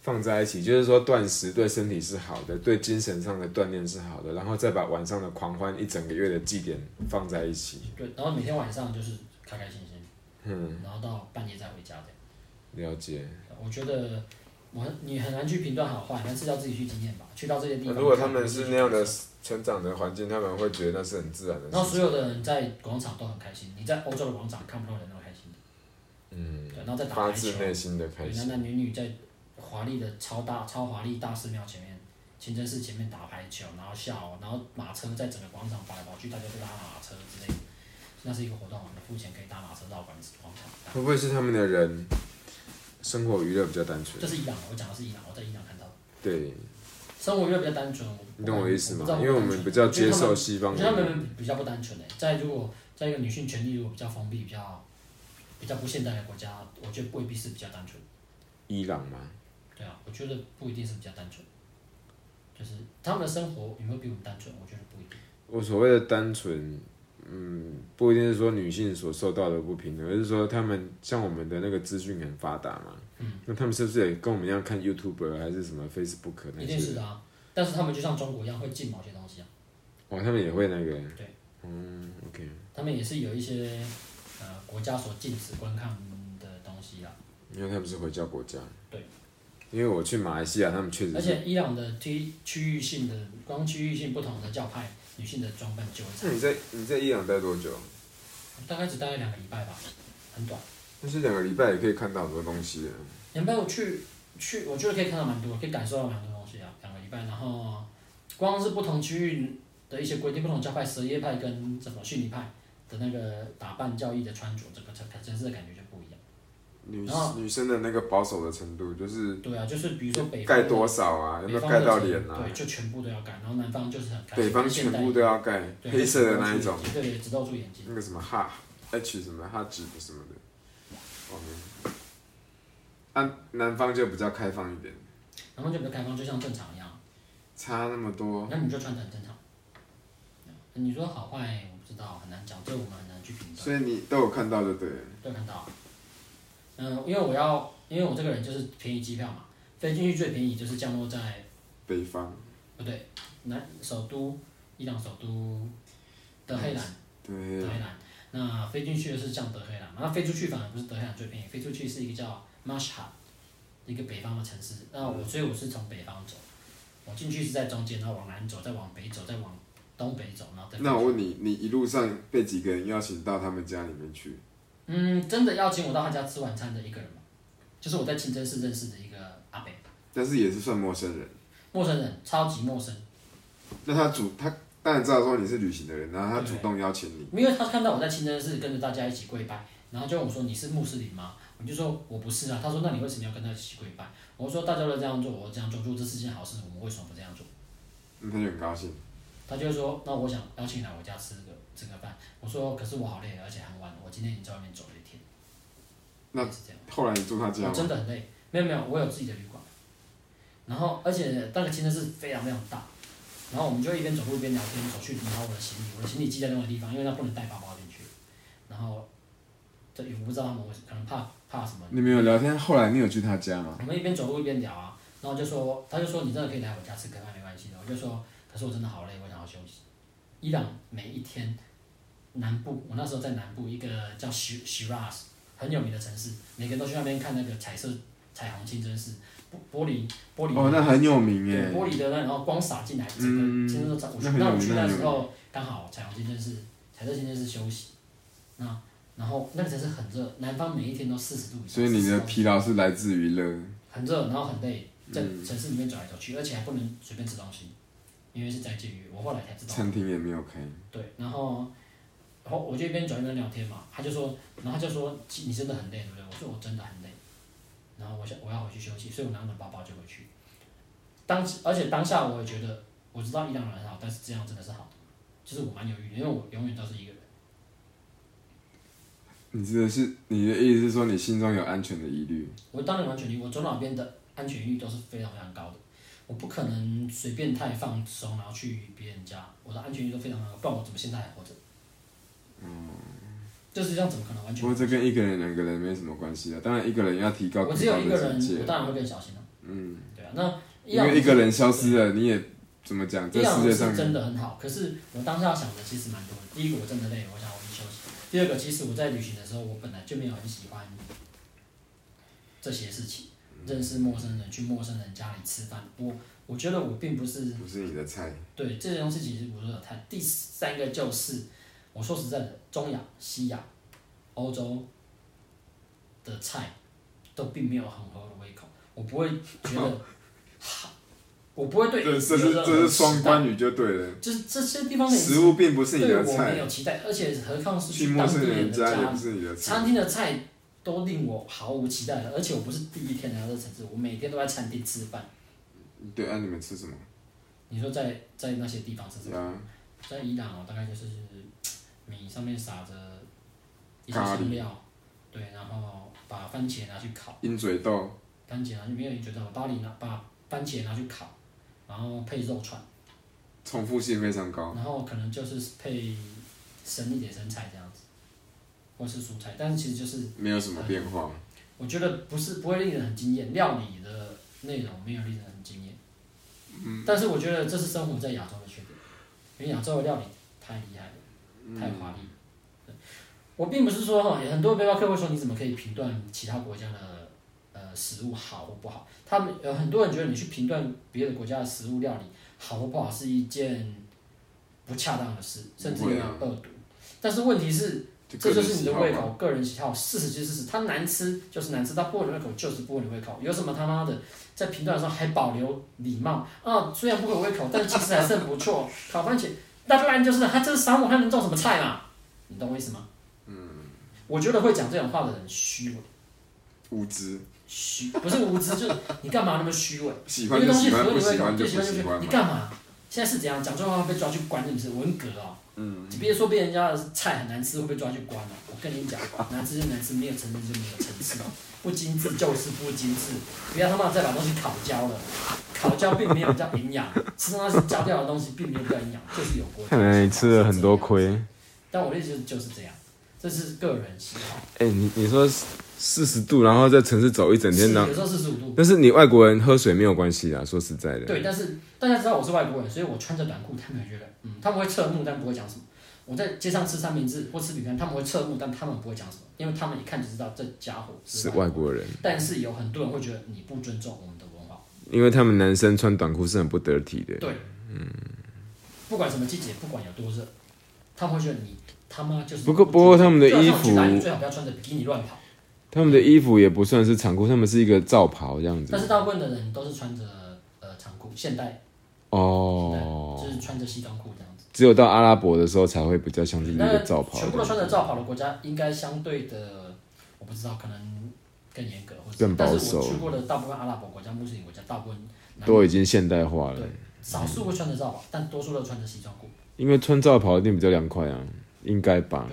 Speaker 2: 放在一起，就是说断食对身体是好的，对精神上的锻炼是好的，然后再把晚上的狂欢一整个月的祭典放在一起。
Speaker 1: 对，然后每天晚上就是开开心心，
Speaker 2: 嗯，
Speaker 1: 然后到半夜再回家这
Speaker 2: 了解。
Speaker 1: 样。我觉得我你很难去评断好坏，但是要自己去经验吧。去到这些地方，
Speaker 2: 如果他们是那样的，成长的环境，他们会觉得那是很自然的
Speaker 1: 然后
Speaker 2: 事
Speaker 1: 所
Speaker 2: 情。
Speaker 1: 有的人在广场都很开心，你在欧洲的广场看不到人那么开心的，
Speaker 2: 嗯，
Speaker 1: 对，然后再打
Speaker 2: 发
Speaker 1: 排球
Speaker 2: 自，内心的
Speaker 1: 对
Speaker 2: 开
Speaker 1: 男
Speaker 2: 心。
Speaker 1: 男女女在华丽的超大超华丽大寺庙前面，清真寺前面打排球，然后下午，然后马车在整个广场跑来跑去，大家都搭马车之类的，那是一个活动，啊你付钱可以搭马车绕广广场。
Speaker 2: 会不会是他们的人生活娱乐比较单
Speaker 1: 这
Speaker 2: 纯？
Speaker 1: 是伊朗，我讲的是伊朗，我在伊朗看到的，
Speaker 2: 对，
Speaker 1: 生活娱乐比较单纯。
Speaker 2: 你懂我意思吗
Speaker 1: 不知道？
Speaker 2: 因为我们比较接受西
Speaker 1: 我
Speaker 2: 方
Speaker 1: 觉得他
Speaker 2: 文化。
Speaker 1: 们比较不单纯诶、在如果在一个女性权利如果比较封闭、比较比较不现代的国家，我觉得未必是比较单纯。
Speaker 2: 伊朗嘛，
Speaker 1: 对啊，我觉得不一定是比较单纯，就是他们的生活有没有比我们单纯，我觉得不一定。
Speaker 2: 我所谓的单纯，嗯，不一定是说女性所受到的不平等，而是说他们像我们的那个资讯很发达嘛，
Speaker 1: 嗯
Speaker 2: 那他们是不是也跟我们一样看 YouTube 啊还是什么 Facebook 那
Speaker 1: 一定是
Speaker 2: 些？
Speaker 1: 的啊，但是他们就像中国一样会禁某些东西啊，
Speaker 2: 哦，他们也会那个。
Speaker 1: 对。
Speaker 2: 嗯，OK，
Speaker 1: 他们也是有一些呃国家所禁止观看的东西啊啦。
Speaker 2: 因为他们是回教国家。
Speaker 1: 对。
Speaker 2: 因为我去马来西亚，他们确实
Speaker 1: 而
Speaker 2: 是。
Speaker 1: 且伊朗的区区域性的光区域性不同的教派，女性的装扮就会差
Speaker 2: 那，你在你在伊朗待多久？啊
Speaker 1: 大概只待了两个礼拜吧，很短。
Speaker 2: 但是两个礼拜也可以看到很多东西了。啊
Speaker 1: 两个礼拜我去去，我觉得可以看到蛮多，可以感受到蛮多东西啊。两个礼拜，然后光是不同区域的一些规定，不同教派，什叶派跟什么逊尼派的那个打扮、教义的穿着，这个城城市的感觉就不一样。
Speaker 2: 女
Speaker 1: 然后
Speaker 2: 女生的那个保守的程度，就是
Speaker 1: 对啊，就是比如说北方
Speaker 2: 盖
Speaker 1: 的
Speaker 2: 多少啊？有
Speaker 1: 北
Speaker 2: 没有
Speaker 1: 方
Speaker 2: 盖到
Speaker 1: 的
Speaker 2: 脸
Speaker 1: 城
Speaker 2: 啊
Speaker 1: 对，？就全部都要盖。然后南方就是很开心
Speaker 2: 北方全部都要盖，
Speaker 1: 对
Speaker 2: 黑色的那一种，，
Speaker 1: 对，只露出眼睛。
Speaker 2: 那个什么哈 H 什么哈指什么的。哦，没有啊，南方就比较开放一点，
Speaker 1: 然后就比较开放，就像正常一样。
Speaker 2: 差那么多，
Speaker 1: 那你就穿得很正常。你说好坏我不知道，很难讲，这我们很难去评断。
Speaker 2: 所以你都有看到就对了。
Speaker 1: 都有看到。嗯，因为我要，因为我这个人就是便宜机票嘛，飞进去最便宜就是降落在
Speaker 2: 北方，
Speaker 1: 不对，南首都伊朗首都德黑兰，
Speaker 2: 对啊
Speaker 1: 德，黑兰。那飞进去的是降德黑兰，那飞出去反而不是德黑兰最便宜，飞出去是一个叫 Mashhad，一个北方的城市。那
Speaker 2: 嗯
Speaker 1: 我所以我是从北方走，我进去是在中间，然后往南走，再往北走，再往东北走，然后再
Speaker 2: 那我问你，你一路上被几个人邀请到他们家里面去？
Speaker 1: 嗯，真的邀请我到他家吃晚餐的一个人嘛，就是我在清真寺认识的一个阿北，
Speaker 2: 但是也是算陌生人。
Speaker 1: 陌生人，超级陌生，
Speaker 2: 那他主他当然知道说你是旅行的人，然后他
Speaker 1: 对
Speaker 2: 主动邀请你，
Speaker 1: 因为他看到我在清真寺跟着大家一起跪拜，然后就问我说你是穆斯林吗？我就说我不是啊，他说那你为什么要跟他一起跪拜？我说大家都这样做，我这样做，如果这是件好事，我们为什么不这样做？
Speaker 2: 那他就很高兴。
Speaker 1: 他就会说那我想邀请你来我家吃个吃个饭，我说可是我好累，啊而且很晚了，我今天已经在外面走了一天，
Speaker 2: 那
Speaker 1: 是这样。
Speaker 2: 后来你住他家
Speaker 1: 我
Speaker 2: 吗？
Speaker 1: 哦真的很累，没有没有，我有自己的旅馆，然后而且那个清真寺非常非常大，然后我们就一边走路一边聊天，走去拿我的行李，我的行李寄在那个地方，因为它不能带包包进去，然后这也不知道他们为什可能怕怕什么，
Speaker 2: 你们有聊天？后来你有去他家吗？
Speaker 1: 我们一边走路一边聊啊，然后就说他就说你真的可以来我家吃个饭没关系的，我就说可是我真的好累，我想要休息。伊朗每一天，南部我那时候在南部一个叫 Shi- Shiraz 很有名的城市，每个人都去那边看那个彩色彩虹清真寺，玻玻璃玻璃
Speaker 2: 哦，那很有名
Speaker 1: 对
Speaker 2: 耶。
Speaker 1: 玻璃的那，然后光洒进来，整个
Speaker 2: 嗯
Speaker 1: 清真寺。我去
Speaker 2: 那很有
Speaker 1: 那我去
Speaker 2: 那
Speaker 1: 那
Speaker 2: 很有
Speaker 1: 时候刚好彩虹清真寺，彩色清真寺休息，那然后那个城市很热，南方每一天都四十度以上，
Speaker 2: 所以你
Speaker 1: 40
Speaker 2: 的
Speaker 1: 度
Speaker 2: 疲劳是来自于热。
Speaker 1: 很热，然后很累，在
Speaker 2: 嗯
Speaker 1: 城市里面走来走去，而且还不能随便吃东西，因为是在监狱。我后来才知道，
Speaker 2: 餐厅也没有开，
Speaker 1: 对，然后，然后我就一边走一边聊天嘛，他就说，然后他就说其你真的很累，对不对？我说我真的很累，然后我想我要回去休息，所以我拿了包包就回去。当时而且当下我也觉得，我知道伊朗人很好，但是这样真的是好的，就是我蛮犹豫的，因为我永远都是一个人。
Speaker 2: 你指的是你的意思是说你心中有安全的疑虑？
Speaker 1: 我当然完全理，我左脑边的安全域都是非常非常高的，我不可能随便太放松，然后去别人家，我的安全域都非常高，不然我怎么现在还活着？嗯就是这样，怎么可能完全
Speaker 2: 不？过这跟一个人、两个人没什么关系啊。当然，一个人要提高
Speaker 1: 我
Speaker 2: 更
Speaker 1: 只有
Speaker 2: 高
Speaker 1: 一个
Speaker 2: 的
Speaker 1: 人，
Speaker 2: 境
Speaker 1: 我
Speaker 2: 界，
Speaker 1: 当然会更小心了、嗯，对啊，那
Speaker 2: 因为一个人消失了，你也怎么讲？
Speaker 1: 伊
Speaker 2: 这世
Speaker 1: 朗
Speaker 2: 界
Speaker 1: 人
Speaker 2: 上
Speaker 1: 是真的很好，可是我当下想的其实蛮多的。第一个我真的累，我想回去休息。第二个，其实我在旅行的时候，我本来就没有很喜欢这些事情，认识陌生人，去陌生人家里吃饭。我我觉得我并不是
Speaker 2: 不是你的菜。
Speaker 1: 对这种事情是不热太。第三个就是，我说实在的，中亚、西亚、欧洲的菜都并没有很合我的胃口，我不会觉
Speaker 2: [LAUGHS]
Speaker 1: 得，我不会对
Speaker 2: 这这
Speaker 1: 有
Speaker 2: 是
Speaker 1: 任何
Speaker 2: 这是
Speaker 1: 期
Speaker 2: 双
Speaker 1: 待
Speaker 2: 关语就对了。
Speaker 1: 就是这些地方的饮
Speaker 2: 食
Speaker 1: 食
Speaker 2: 物并不是你
Speaker 1: 对
Speaker 2: 的
Speaker 1: 我没
Speaker 2: 菜，
Speaker 1: 有期待，而且何况是去
Speaker 2: 去
Speaker 1: 当
Speaker 2: 陌
Speaker 1: 地
Speaker 2: 生
Speaker 1: 人
Speaker 2: 人
Speaker 1: 的
Speaker 2: 家也
Speaker 1: 家
Speaker 2: 不，是你的
Speaker 1: 餐
Speaker 2: 菜。
Speaker 1: 厅的菜都令我毫无期待了。而且我不是第一天来到这城市，我每天都在餐厅吃饭。
Speaker 2: 对啊，你们吃什么？
Speaker 1: 你说在在那些地方吃什么？
Speaker 2: 啊，
Speaker 1: 在伊朗哦，大概就是米上面撒着一些
Speaker 2: 咖喱
Speaker 1: 香料，对，然后把番茄拿去烤，
Speaker 2: 鹰嘴豆，
Speaker 1: 番茄拿去没有人觉得巴黎拿把番茄拿去烤，然后配肉串，
Speaker 2: 重复性非常高。
Speaker 1: 然后可能就是配生一点生菜这样子，或是蔬菜，但是其实就是
Speaker 2: 没有什么变化，
Speaker 1: 我觉得不是不会令人很惊艳，料理的内容没有令人很惊艳。嗯。但是我觉得这是生活在亚洲的缺点，因为亚洲的料理太厉害了，太华丽了。对我并不是说哈，很多背包客会说你怎么可以评断其他国家的呃食物好或不好？他们有很多人觉得你去评断别的国家的食物料理好或不好是一件不恰当的事，甚至有点恶毒。但是问题是，
Speaker 2: 个
Speaker 1: 这
Speaker 2: 人
Speaker 1: 就是你
Speaker 2: 喜
Speaker 1: 的
Speaker 2: 好
Speaker 1: 胃
Speaker 2: 嘛。
Speaker 1: 口，个人喜好，事实就是事实，它难吃就是难吃，它不合你胃口就是不合你胃口。有什么他妈的在评断的时候还保留礼貌啊？虽然不合胃口，但其实还是很不错。烤番茄，那不然就是它这是沙漠，它能种什么菜嘛？你懂我意思吗？嗯，我觉得会讲这种话的人虚伪，
Speaker 2: 无知，
Speaker 1: 虚不是无知，就是你干嘛那么虚伪？
Speaker 2: 喜
Speaker 1: 因
Speaker 2: 欢
Speaker 1: 为
Speaker 2: 就
Speaker 1: 东
Speaker 2: 喜
Speaker 1: 西合你
Speaker 2: 欢，不
Speaker 1: 胃
Speaker 2: 喜
Speaker 1: 口，
Speaker 2: 欢就
Speaker 1: 最喜
Speaker 2: 不
Speaker 1: 欢就
Speaker 2: 喜
Speaker 1: 是
Speaker 2: 欢
Speaker 1: 你
Speaker 2: 嘛。
Speaker 1: 干嘛？现在是怎样？讲这种话被抓去关是不是文革哦？嗯，别说被人家的菜很难吃会被抓去关了、我跟你讲，难吃就难吃，没有层次就没有层次，哦不精致就是不精致，不要他妈再把东西烤焦了，烤焦并没有比较营养，吃那些焦掉的东西并没有比较营养，就是有锅。
Speaker 2: 看来你吃了很多亏。
Speaker 1: 但我的意思就是这样，这是个人喜好。
Speaker 2: 哎、你你说四十度，然后在城市走一整天，然后
Speaker 1: 有时候四十五度，
Speaker 2: 但是你外国人喝水没有关系啊，说实在的。
Speaker 1: 对，但是大家知道我是外国人，所以我穿着短裤，他们也觉得，嗯，他们会侧目，但不会讲什么。我在街上吃三明治或吃饼干，他们会侧目，但他们不会讲什么，因为他们一看就知道这家伙
Speaker 2: 是
Speaker 1: 外
Speaker 2: 外
Speaker 1: 人。
Speaker 2: 国人，
Speaker 1: 但是有很多人会觉得你不尊重我们的文化，
Speaker 2: 因为他们男生穿短裤是很不得体的。
Speaker 1: 对，嗯，不管什么季节，不管有多热，他们会觉得你他妈就是
Speaker 2: 不过
Speaker 1: 尊重
Speaker 2: 不过他们的
Speaker 1: 就好像
Speaker 2: 衣
Speaker 1: 我去打
Speaker 2: 服
Speaker 1: 最好不要穿着比基尼乱跑，
Speaker 2: 他们的衣服也不算是长裤，他们是一个罩袍这样子
Speaker 1: 但。是大部分的人都是穿着呃长裤，现代
Speaker 2: 哦，
Speaker 1: 就是穿着西装裤这样子。
Speaker 2: 只有到阿拉伯的时候才会比较像是一个罩袍
Speaker 1: 全部都穿着罩袍的国家，应该相对的，我不知道，可能更严格，或者
Speaker 2: 更保守
Speaker 1: 但是我去过的大部分阿拉伯国家、穆斯林国家，大部分男
Speaker 2: 都已经现代化了
Speaker 1: 对，少数会穿着罩袍，但多数都穿着西装裤。
Speaker 2: 因为穿罩袍一定比较凉快啊，应该吧？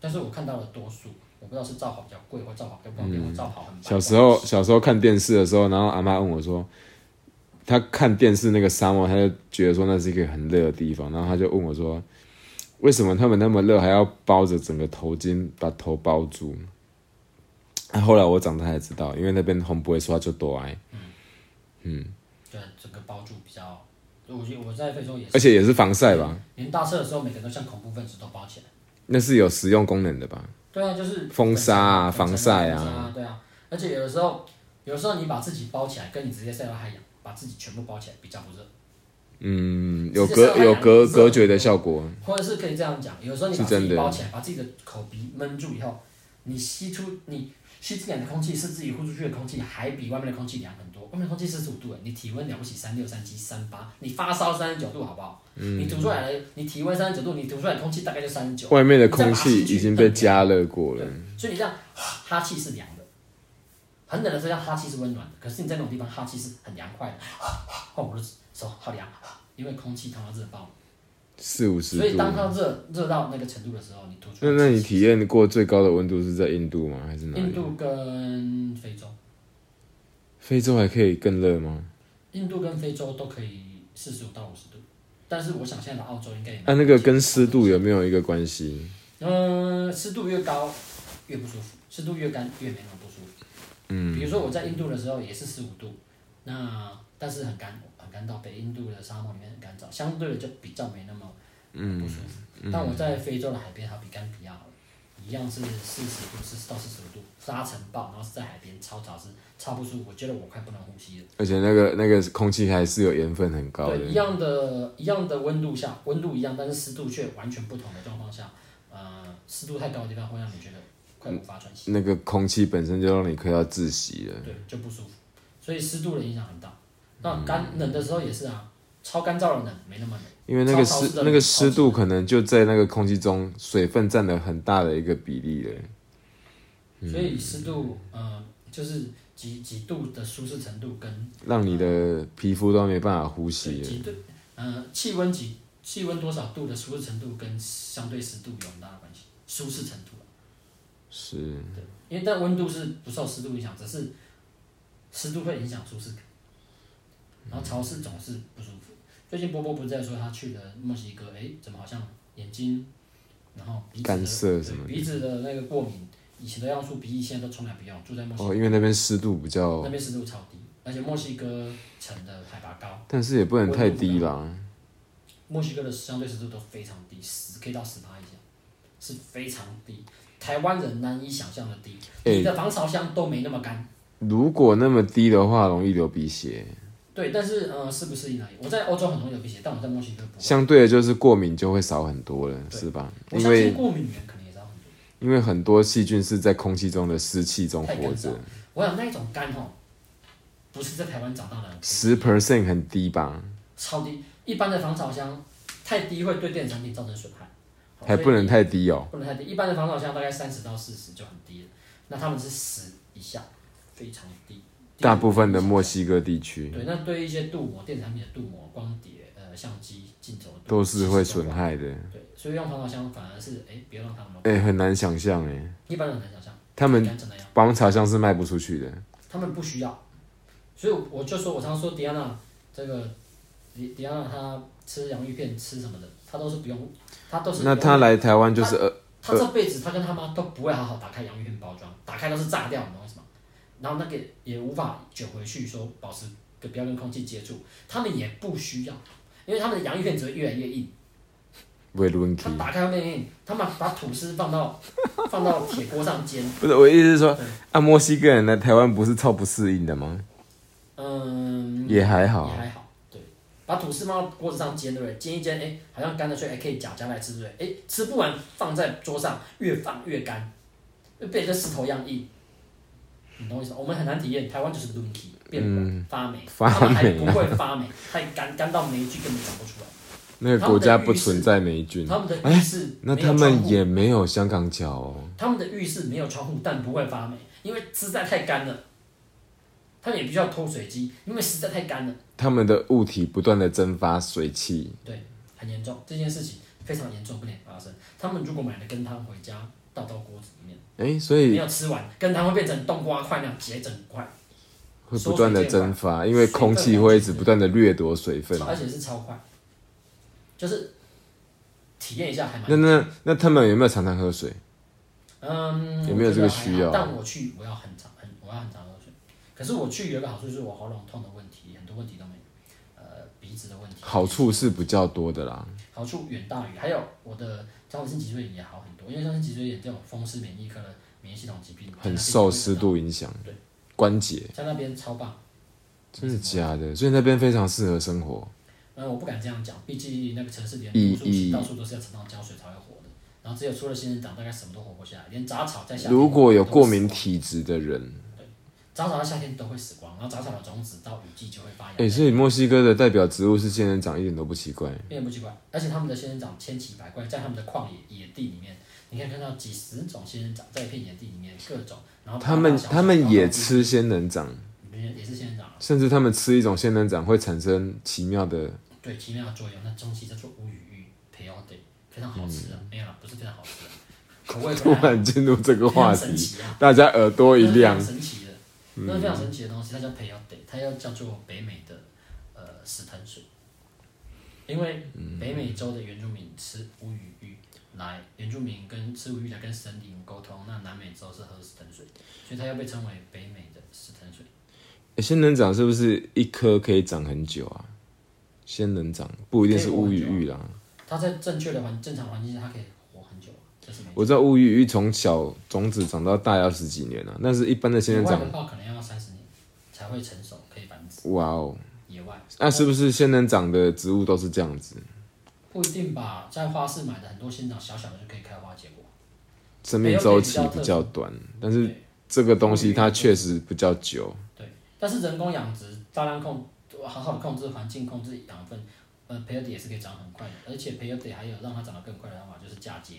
Speaker 1: 但是我看到的多数，我不知道是罩袍比较贵，或罩袍比较方便，或罩袍很白
Speaker 2: 嗯小时候小时候看电视的时候，然后阿妈问我说，她看电视那个沙漠，她就觉得说那是一个很热的地方，然后她就问我说，为什么他们那么热还要包着整个头巾把头包住？啊后来我长大才知道，因为那边红不会刷就多爱，
Speaker 1: 对整个包住比较。我觉得我在非洲哦也
Speaker 2: 而
Speaker 1: 是，
Speaker 2: 且也是防晒吧，
Speaker 1: 连搭车的时候，每个人都像恐怖分子都包起来。
Speaker 2: 那是有实用功能的吧？
Speaker 1: 对啊，就是
Speaker 2: 风沙啊
Speaker 1: 粉尘
Speaker 2: 防晒啊
Speaker 1: 粉尘对啊。而且有的时候，有时候你把自己包起来，跟你直接晒到太阳，把自己全部包起来比较不热。
Speaker 2: 嗯，有
Speaker 1: 直接晒
Speaker 2: 隔
Speaker 1: 太阳
Speaker 2: 有隔
Speaker 1: 是
Speaker 2: 隔绝的效果，
Speaker 1: 或者是可以这样讲，有时候你把
Speaker 2: 啊是真
Speaker 1: 自己
Speaker 2: 的
Speaker 1: 包起来，把自己的口鼻闷住以后，你吸出你吸进来的空气是自己呼出去的空气，还比外面的空气凉很多。外面的空气四十五度，哎，你体温了不起三六、三七、三八，你发烧三十九度好不好？
Speaker 2: 嗯
Speaker 1: 你吐出来的，你体温三十九度，你吐出来的空气大概就三十九。
Speaker 2: 外面的空气已经被加热过了
Speaker 1: 对。，所以你这样哈气是凉的，很冷的时候要哈气是温暖的，可是你在那种地方哈气是很凉快的， [LAUGHS] 哦，我的手好凉，因为空气它妈热爆了。
Speaker 2: 四五十
Speaker 1: 所以
Speaker 2: 度。
Speaker 1: 当它热热到那个程度的时候，你吐出
Speaker 2: 那
Speaker 1: 来。
Speaker 2: 那你体验过最高的温度是在印度吗？还是哪
Speaker 1: 印
Speaker 2: 里？
Speaker 1: 度跟非洲，
Speaker 2: 非洲还可以更热吗？
Speaker 1: 印度跟非洲都可以四十五到五十度，但是我想现在的澳洲应该也没
Speaker 2: 啊那、
Speaker 1: 有
Speaker 2: 那个跟湿度有没有一个关系？
Speaker 1: 嗯，湿度越高越不舒服，湿度越干越没那么不舒服。嗯，比如说我在印度的时候也是十五度，那但是很干很干燥，北印度的沙漠里面很干燥，相对的就比较没那么不舒服。但我在非洲的海边，它比甘比亚好了，一样是四十度，四十到四十五度，沙尘暴，然后是在海边超潮湿、超不舒服，我觉得我快不能呼吸了。
Speaker 2: 而且那个那个空气还是有盐分很高
Speaker 1: 对，一
Speaker 2: 的。
Speaker 1: 样的一样的温度下，温度一样，但是湿度却完全不同的状况下，呃，湿度太高的地方会让你觉得快无法喘息。
Speaker 2: 那个空气本身就让你快要窒息了。
Speaker 1: 对，就不舒服。所以湿度的影响很大。
Speaker 2: 嗯
Speaker 1: 那干冷的时候也是啊，超干燥的冷没那么冷，
Speaker 2: 因为那个
Speaker 1: 超潮湿
Speaker 2: 湿
Speaker 1: 的
Speaker 2: 那个湿度可能就在那个空气中，水分占了很大的一个比例了。嗯
Speaker 1: 所以湿度呃就是几几度的舒适程度跟
Speaker 2: 让你的皮肤都没办法呼
Speaker 1: 对
Speaker 2: 吸了。
Speaker 1: 几度呃气温几气温多少度的舒适程度跟相对湿度有很大的关系，舒适程度啊、
Speaker 2: 是，
Speaker 1: 对，因为但温度是不受湿度影响，只是湿度会影响舒适感，然后潮湿总是不舒服。最近波波不是在说他去了墨西哥，哎，怎么好像眼睛，然后鼻子的
Speaker 2: 干涩什
Speaker 1: 对
Speaker 2: 么的
Speaker 1: 鼻子的那个过敏，以前都要出鼻翼，现在都从来不用。住在墨西哥、
Speaker 2: 哦，因为那边湿度比较
Speaker 1: 那，边湿度超低，而且墨西哥城的海拔高，
Speaker 2: 但是也不能太低啦。
Speaker 1: 墨西哥的相对湿度都非常低，十 K 到十八以下，是非常低，台湾人难以想象的低。
Speaker 2: 哎
Speaker 1: 你的防潮箱都没那么干。
Speaker 2: 如果那么低的话，容易流鼻血。
Speaker 1: 对，但是呃，适不适应而已。我在欧洲很容易流鼻血，但我在墨西哥不会。
Speaker 2: 相对的，就是过敏就会少很多了，
Speaker 1: 对
Speaker 2: 是吧？
Speaker 1: 我
Speaker 2: 因
Speaker 1: 相信
Speaker 2: 为
Speaker 1: 过敏源可能也是要很多。
Speaker 2: 因为很多细菌是在空气中的湿气中
Speaker 1: 太
Speaker 2: 活
Speaker 1: 干燥
Speaker 2: 着，
Speaker 1: 我想那一种干吼，不是在台湾长大的人，
Speaker 2: 十 percent 很低吧，
Speaker 1: 超低。一般的防潮箱太低会对电子产品造成损害，好
Speaker 2: 还不能
Speaker 1: 所以
Speaker 2: 太低哦。
Speaker 1: 不能太低。一般的防潮箱大概三十到四十就很低了，那他们是十以下，非常低。
Speaker 2: 大部分的墨西哥地区，
Speaker 1: 对，那对一些镀膜、电子产品的镀膜、光碟、呃的相机镜头
Speaker 2: 都是会损。害的。
Speaker 1: 对，所以用防潮箱反而是哎，别让他们弄。
Speaker 2: 哎、很难想象哎，
Speaker 1: 一般人很难想象，
Speaker 2: 他们
Speaker 1: 敢怎么样？
Speaker 2: 防潮箱是卖不出去的。
Speaker 1: 他们不需要。所以我就说，我常说迪安娜这个迪迪安娜她吃洋芋片吃什么的，她都是不用，她都是
Speaker 2: 那他来台湾就是呃，
Speaker 1: 他这辈子他跟他妈都不会好好打开洋芋片包装，打开都是炸掉，你懂我意思吗？然后那个也无法卷回去，说保持跟不要跟空气接触，他们也不需要，因为他们的洋芋片只会越来越硬。
Speaker 2: 维伦
Speaker 1: 他
Speaker 2: 基。
Speaker 1: 打开外面，他们把吐司放到放到铁锅上煎，
Speaker 2: 不是我意思是说
Speaker 1: 对，
Speaker 2: 啊，墨西哥人来台湾不是超不适应的吗？
Speaker 1: 嗯，
Speaker 2: 也还
Speaker 1: 也
Speaker 2: 好，
Speaker 1: 还好，对，把吐司放到锅子上煎，对不对？煎一煎，哎，好像干了脆，哎，
Speaker 2: 嗯
Speaker 1: 可以夹夹来吃，对不对？哎，吃不完放在桌上，越放越干，就变成石头一样硬。你懂我意思吗？我们很难体验，台湾就是个 l u n k y 变软、发霉，
Speaker 2: 嗯发霉
Speaker 1: 他们还不会发霉，太干干到霉菌根本长不出来。
Speaker 2: 那个国家不存在霉菌，
Speaker 1: 他们的浴室没
Speaker 2: 那
Speaker 1: 有
Speaker 2: 他
Speaker 1: 窗户、
Speaker 2: 们也没有香港脚哦。
Speaker 1: 他们的浴室没有窗户，但不会发霉，因为实在太干了。他们也必须要脱水机，因为实在太干了。
Speaker 2: 他们的物体不断的蒸发水汽，
Speaker 1: 对，很严重，这件事情非常严重，不能发生。他们如果买了羹汤回家倒到锅子里面，
Speaker 2: 哎、所
Speaker 1: 没
Speaker 2: 以
Speaker 1: 有吃完，羹汤会变成冬瓜块那样结整块，
Speaker 2: 会不断的蒸发，
Speaker 1: 水
Speaker 2: 因为空气会一直不断的掠夺水分。
Speaker 1: 而且是超快，就是体验一下还蛮
Speaker 2: 那那那他们有没有常常喝水？
Speaker 1: 嗯，
Speaker 2: 有没有这个
Speaker 1: 我觉得还好
Speaker 2: 需要
Speaker 1: 但我去我要很长很我要很长喝水，可是我去有一个好处就是我喉咙痛的问题很多问题都没有，呃，鼻子的问题
Speaker 2: 好处是比较多的啦。
Speaker 1: 好处远大于，还有我的交性脊椎炎也好很多，因为交性脊椎炎这种风湿免疫科的免疫系统疾病
Speaker 2: 很受湿，度影响
Speaker 1: 对，
Speaker 2: 关节，
Speaker 1: 在那边超棒。
Speaker 2: 真的假的？所以那边非常适合生活。
Speaker 1: 嗯，我不敢这样讲，毕竟那个城市里的
Speaker 2: 以
Speaker 1: 毒素
Speaker 2: 以
Speaker 1: 到处都是要常常浇水才会活的，然后只有除了仙人掌，大概什么都活不下来，连杂草在夏天
Speaker 2: 如果有
Speaker 1: 都会
Speaker 2: 过
Speaker 1: 死
Speaker 2: 敏
Speaker 1: 光，
Speaker 2: 体质的人，
Speaker 1: 杂草在夏天都会死光，然后杂草的种子到雨季就会发芽，
Speaker 2: 哎、所以墨西哥的代表植物是仙人掌，一点都不奇怪。
Speaker 1: 并不奇怪。而且他们的仙人掌千奇百怪，在他们的旷野野地里面，你可以看到几十种仙人掌在一片野地里面各种，然后
Speaker 2: 他们
Speaker 1: 大大小小
Speaker 2: 他们
Speaker 1: 高
Speaker 2: 也
Speaker 1: 高低低
Speaker 2: 吃仙人掌，
Speaker 1: 也是仙人掌啊，
Speaker 2: 甚至他们吃一种仙人掌会产生奇妙的，
Speaker 1: 对奇妙的作用。那中西叫做乌鱼玉培奥对，非常好吃啊，
Speaker 2: 嗯
Speaker 1: 没有啦，不是非常好吃啊，口味非
Speaker 2: 突
Speaker 1: 常
Speaker 2: 然进入这个
Speaker 1: 非
Speaker 2: 话
Speaker 1: 常啊神
Speaker 2: 题，
Speaker 1: 奇啊，
Speaker 2: 大家耳朵一亮嗯
Speaker 1: 那是。非常神奇的，那是非常神奇的东西，它叫培奥对，它又叫做北美的呃死藤水，呃因为
Speaker 2: 嗯
Speaker 1: 北美洲的原住民吃乌鱼玉。来，原住民跟吃乌鱼来跟神灵沟通，那南美洲是喝死藤水，所以它又被称为北美的死藤水。
Speaker 2: 欸仙人掌是不是一颗可以长很久啊？仙人掌不一定是乌鱼玉啦，
Speaker 1: 它在正确的环正常环境下，它可以活很久啊，这是没错。
Speaker 2: 我知道乌鱼玉从小种子长到大要十几年啊，但是一般的仙人
Speaker 1: 野外
Speaker 2: 掌，
Speaker 1: 的话，可能要三十年才会成熟，可以繁殖。
Speaker 2: 哇哦，
Speaker 1: 野外
Speaker 2: 那是不是仙人掌的植物都是这样子？
Speaker 1: 不一定吧，在花市买的很多仙掌，小小的就可以开花结果。
Speaker 2: 生命周期比较短，但是
Speaker 1: 对
Speaker 2: 这个东西它确实比较久。
Speaker 1: 对，但是人工养殖，大量控，好好的控制环境，控制养分，呃，培养得也是可以长很快的，而且培养得还有让它长得更快的方法就是嫁接。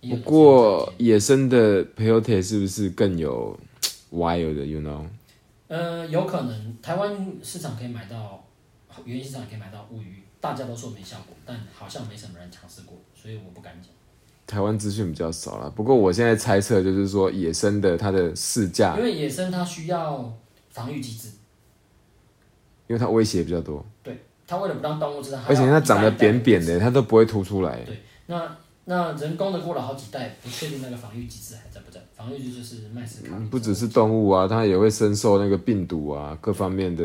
Speaker 1: 也有
Speaker 2: 不
Speaker 1: 一种
Speaker 2: 过
Speaker 1: 嫁接，
Speaker 2: 野生的 peyote 是不是更有 wild？You know，
Speaker 1: 呃，有可能台湾市场可以买到，原市场可以买到乌鱼，大家都说没效果，但好像没什么人尝试过，所以我不敢讲。
Speaker 2: 台湾资讯比较少啦。不过我现在猜测就是说，野生的它的市价
Speaker 1: 因，为野生它需要防御机制，
Speaker 2: 因为它威胁比较多，
Speaker 1: 它为了不让动物知道，
Speaker 2: 而且它长得扁扁
Speaker 1: 的。
Speaker 2: 的，它都不会凸出来。
Speaker 1: 那那人工的过了好几代，不确定那个防御机制还在不在。防御机制就是麦斯卡，
Speaker 2: 嗯不只是动物啊，它也会深受那个病毒啊各方面的。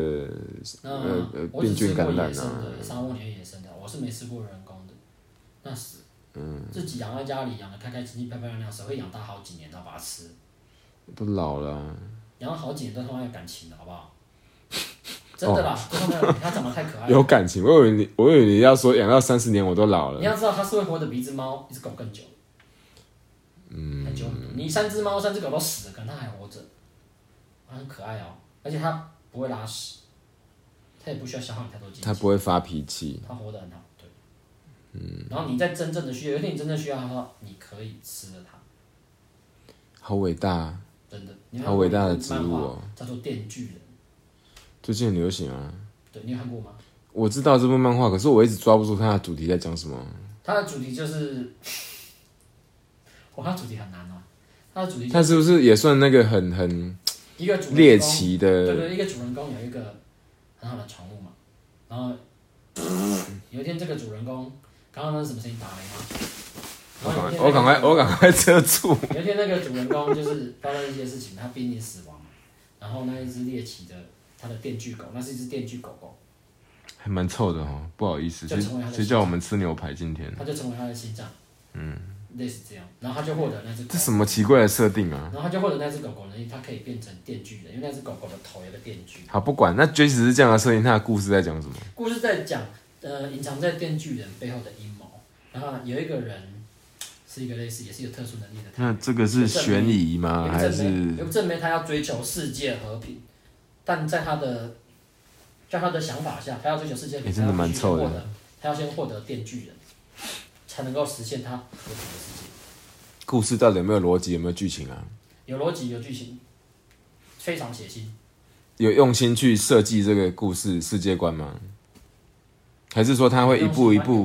Speaker 1: 那、
Speaker 2: 呃呃
Speaker 1: 我只
Speaker 2: 病菌
Speaker 1: 吃过
Speaker 2: 感染啊
Speaker 1: 野生的沙漠里面野生的，我是没吃过人工的。那是，嗯，自己养在家里养的开开心心、漂漂亮亮，谁会养它好几年然后把它吃？
Speaker 2: 都老了啊、
Speaker 1: 养了好几年都他妈有感情的好不好？ [LAUGHS] 真的啦，
Speaker 2: 哦
Speaker 1: 真的没有，它长得太可爱了。
Speaker 2: 有感情。我以为你，我以为你要说养到三十年我都老
Speaker 1: 你
Speaker 2: 了。
Speaker 1: 要知道，它是会活得比一只猫、一只狗更久。嗯，很久很多。你三只猫、三只狗都死了，可能它还活着，它很可爱哦。而且它不会拉屎，它也不需要消耗你太多精
Speaker 2: 它
Speaker 1: 力，
Speaker 2: 不会发脾气，
Speaker 1: 它活得很好。对，嗯。然后你在真正的需要，有一天你真正需要它的话，你可以吃了它。
Speaker 2: 好伟大、啊。
Speaker 1: 真的，你有
Speaker 2: 好伟大的植物哦
Speaker 1: 漫画叫做《电锯人
Speaker 2: 最近很流行啊，》，
Speaker 1: 对你有看过吗？
Speaker 2: 我知道这部漫画，可是我一直抓不住它的主题在讲什么。
Speaker 1: 它的主题就是， [LAUGHS] 我看主题很难哦、它的主题就
Speaker 2: 它
Speaker 1: 是
Speaker 2: 是不是也算那个很很
Speaker 1: 一个主人公
Speaker 2: 猎奇
Speaker 1: 对
Speaker 2: 的？
Speaker 1: 对，一个主人公有一个很好的宠物嘛，然后有一天这个主人公刚刚那是什么声音打雷吗？
Speaker 2: 我
Speaker 1: 然后
Speaker 2: 赶
Speaker 1: 有一
Speaker 2: 快，
Speaker 1: 天那
Speaker 2: 我赶快，
Speaker 1: 个
Speaker 2: 我赶快遮住。
Speaker 1: 有一天那个主人公就是发生一些事情，他濒临死亡嘛，然后那一只猎奇的他的电锯狗，那是一只电锯狗狗，
Speaker 2: 还蛮臭的哦，不好意思，
Speaker 1: 就
Speaker 2: 谁
Speaker 1: 成为他的
Speaker 2: 谁叫我们吃牛排？今天
Speaker 1: 他就成为他的心脏，嗯，类似这样，然后他就获得那只狗
Speaker 2: 这，什么奇怪的设定啊？
Speaker 1: 然后他就获得那只狗狗的能力，它可以变成电锯人，因为那只狗狗的头有个电锯。
Speaker 2: 好，不管，那即使是这样的设定，它的故事在讲什么？
Speaker 1: 故事在讲呃隐藏在电锯人背后的阴谋，然后有一个人是一个类似也是有特殊能力的他，
Speaker 2: 那这个是悬疑吗？
Speaker 1: 有
Speaker 2: 啊还
Speaker 1: 个正妹，
Speaker 2: 是
Speaker 1: 有个正妹他要追求世界和平，但在他的在他的想法下，他要追求世界和平，
Speaker 2: 欸真的
Speaker 1: 他要
Speaker 2: 蛮
Speaker 1: 必须
Speaker 2: 臭的
Speaker 1: 获得他要先获得电锯人，才能够实现他和平的世界。
Speaker 2: 故事到底有没有逻辑，有没有剧情啊？
Speaker 1: 有逻辑，有剧情，非常血腥。
Speaker 2: 有用心去设计这个故事世界观吗？还是说它会一步一步、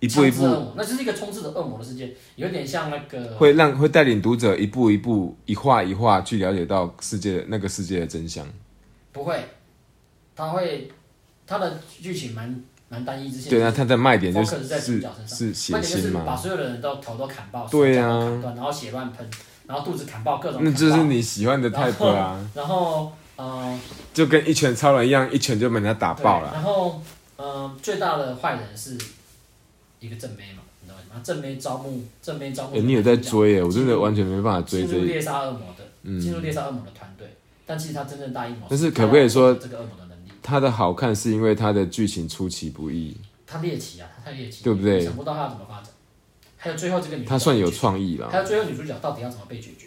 Speaker 2: 一步
Speaker 1: 冲
Speaker 2: 一
Speaker 1: 刺恶
Speaker 2: 步，
Speaker 1: 魔，那就是一个充斥着恶魔的世界，有点像那个
Speaker 2: 会让会带领读者一步一步、一画一画去了解到世界的那个世界的真相？
Speaker 1: 不会，他会他的剧情蛮蛮单一之线。
Speaker 2: 对，那它的卖点就
Speaker 1: focus 在主
Speaker 2: 是是
Speaker 1: 角身上，
Speaker 2: 是血
Speaker 1: 那你就是
Speaker 2: 腥
Speaker 1: 把
Speaker 2: 嘛？
Speaker 1: 所有的人都头都砍爆，
Speaker 2: 对呀
Speaker 1: 手脚都砍断，然后血乱喷，然后肚子砍爆各种砍爆，
Speaker 2: 那就是你喜欢的 type 啊。
Speaker 1: 然后呃
Speaker 2: 就跟一拳超人一样，一拳就把人家打
Speaker 1: 对
Speaker 2: 爆了。啊
Speaker 1: 然后呃最大的坏人是一个正妹嘛，你知道吗？正妹招募正妹招募的
Speaker 2: 哎、
Speaker 1: 男主角，
Speaker 2: 你有在追耶？我真的完全没办法追
Speaker 1: 进
Speaker 2: 这
Speaker 1: 入
Speaker 2: 一。
Speaker 1: 猎杀恶魔的，
Speaker 2: 嗯
Speaker 1: 进入猎杀恶魔的团队，但其实他真正大阴谋，
Speaker 2: 但是可不可以说
Speaker 1: 这个恶魔的能力？
Speaker 2: 它的好看是因为它的剧情出其不意，
Speaker 1: 他猎奇啊，他太猎奇，
Speaker 2: 对不对
Speaker 1: 你想不到他要怎么发展。还有最后这个女主角，
Speaker 2: 它算有，啊创意
Speaker 1: 还
Speaker 2: 啦，
Speaker 1: 有最后女主角到底要怎么被解决？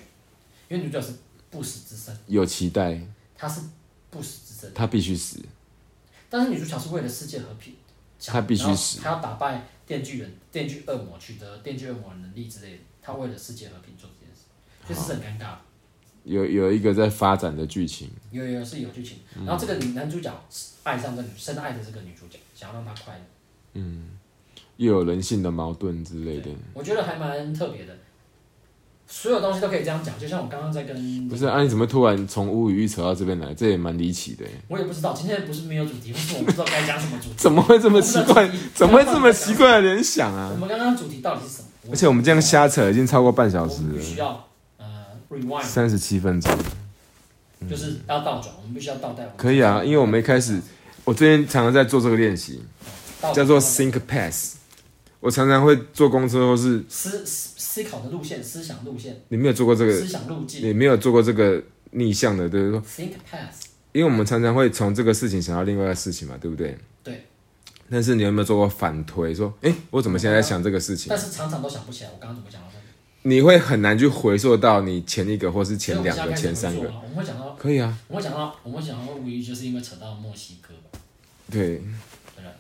Speaker 1: 因为女主角是不死之身，
Speaker 2: 有期待，
Speaker 1: 她是不死之身，
Speaker 2: 它必须死。
Speaker 1: 但是女主角是为了世界和平，想
Speaker 2: 她必须
Speaker 1: 然后
Speaker 2: 死
Speaker 1: 她要打败电锯人、电锯恶魔，取得电锯恶魔的能力之类的。她为了世界和平做这件事，这是很尴尬的。
Speaker 2: 有有一个在发展的剧情，
Speaker 1: 有有有是有剧情，然后这个女男主角爱上这个女深爱的这个女主角，想要让她快乐。
Speaker 2: 又有人性的矛盾之类的。
Speaker 1: 我觉得还蛮特别的，所有东西都可以这样讲，就像我刚刚在跟
Speaker 2: 不是啊？你怎么突然从乌鱼扯到这边来？这也蛮离奇的耶。
Speaker 1: 我也不知道，今天不是没有主题，或是我不知道该讲什么主题。
Speaker 2: 怎么会这么奇怪？
Speaker 1: [LAUGHS]
Speaker 2: 怎么会这么奇
Speaker 1: 奇怪？
Speaker 2: 怪的联想
Speaker 1: 我
Speaker 2: 啊？
Speaker 1: 们刚刚主题到底是什么？
Speaker 2: 而且我们这样瞎扯已经超过半小
Speaker 1: 我
Speaker 2: 时
Speaker 1: 们必须
Speaker 2: 了，
Speaker 1: 要呃 rewind，
Speaker 2: 三十七分钟。
Speaker 1: 就是要倒转，我们必须要倒带。
Speaker 2: 可以啊，因为我们一开始，我最近常常在做这个练习，
Speaker 1: 倒
Speaker 2: 叫做 think pass。我常常会坐公车，或是
Speaker 1: 思思思考的路线、思想路线、
Speaker 2: 你没有做过这个
Speaker 1: 思，想路径
Speaker 2: 你没有做过这个逆向的，对不对？
Speaker 1: think path。
Speaker 2: 因为我们常常会从这个事情想到另外一个事情嘛，对不对？
Speaker 1: 对。
Speaker 2: 但是你有没有做过反推？说，诶，我怎么现在在想这个事情
Speaker 1: 但？是常常都想不起来，我刚刚怎么讲到这里？
Speaker 2: 你会很难去回溯到你前一个，或是前两
Speaker 1: 所以我
Speaker 2: 个、
Speaker 1: 们现在该
Speaker 2: 前
Speaker 1: 怎
Speaker 2: 三
Speaker 1: 么做
Speaker 2: 个。
Speaker 1: 啊我们会讲到，
Speaker 2: 可以啊，
Speaker 1: 我们会讲到，我们会讲到无疑就是因为扯到墨西哥吧，
Speaker 2: 对。
Speaker 1: 对吧？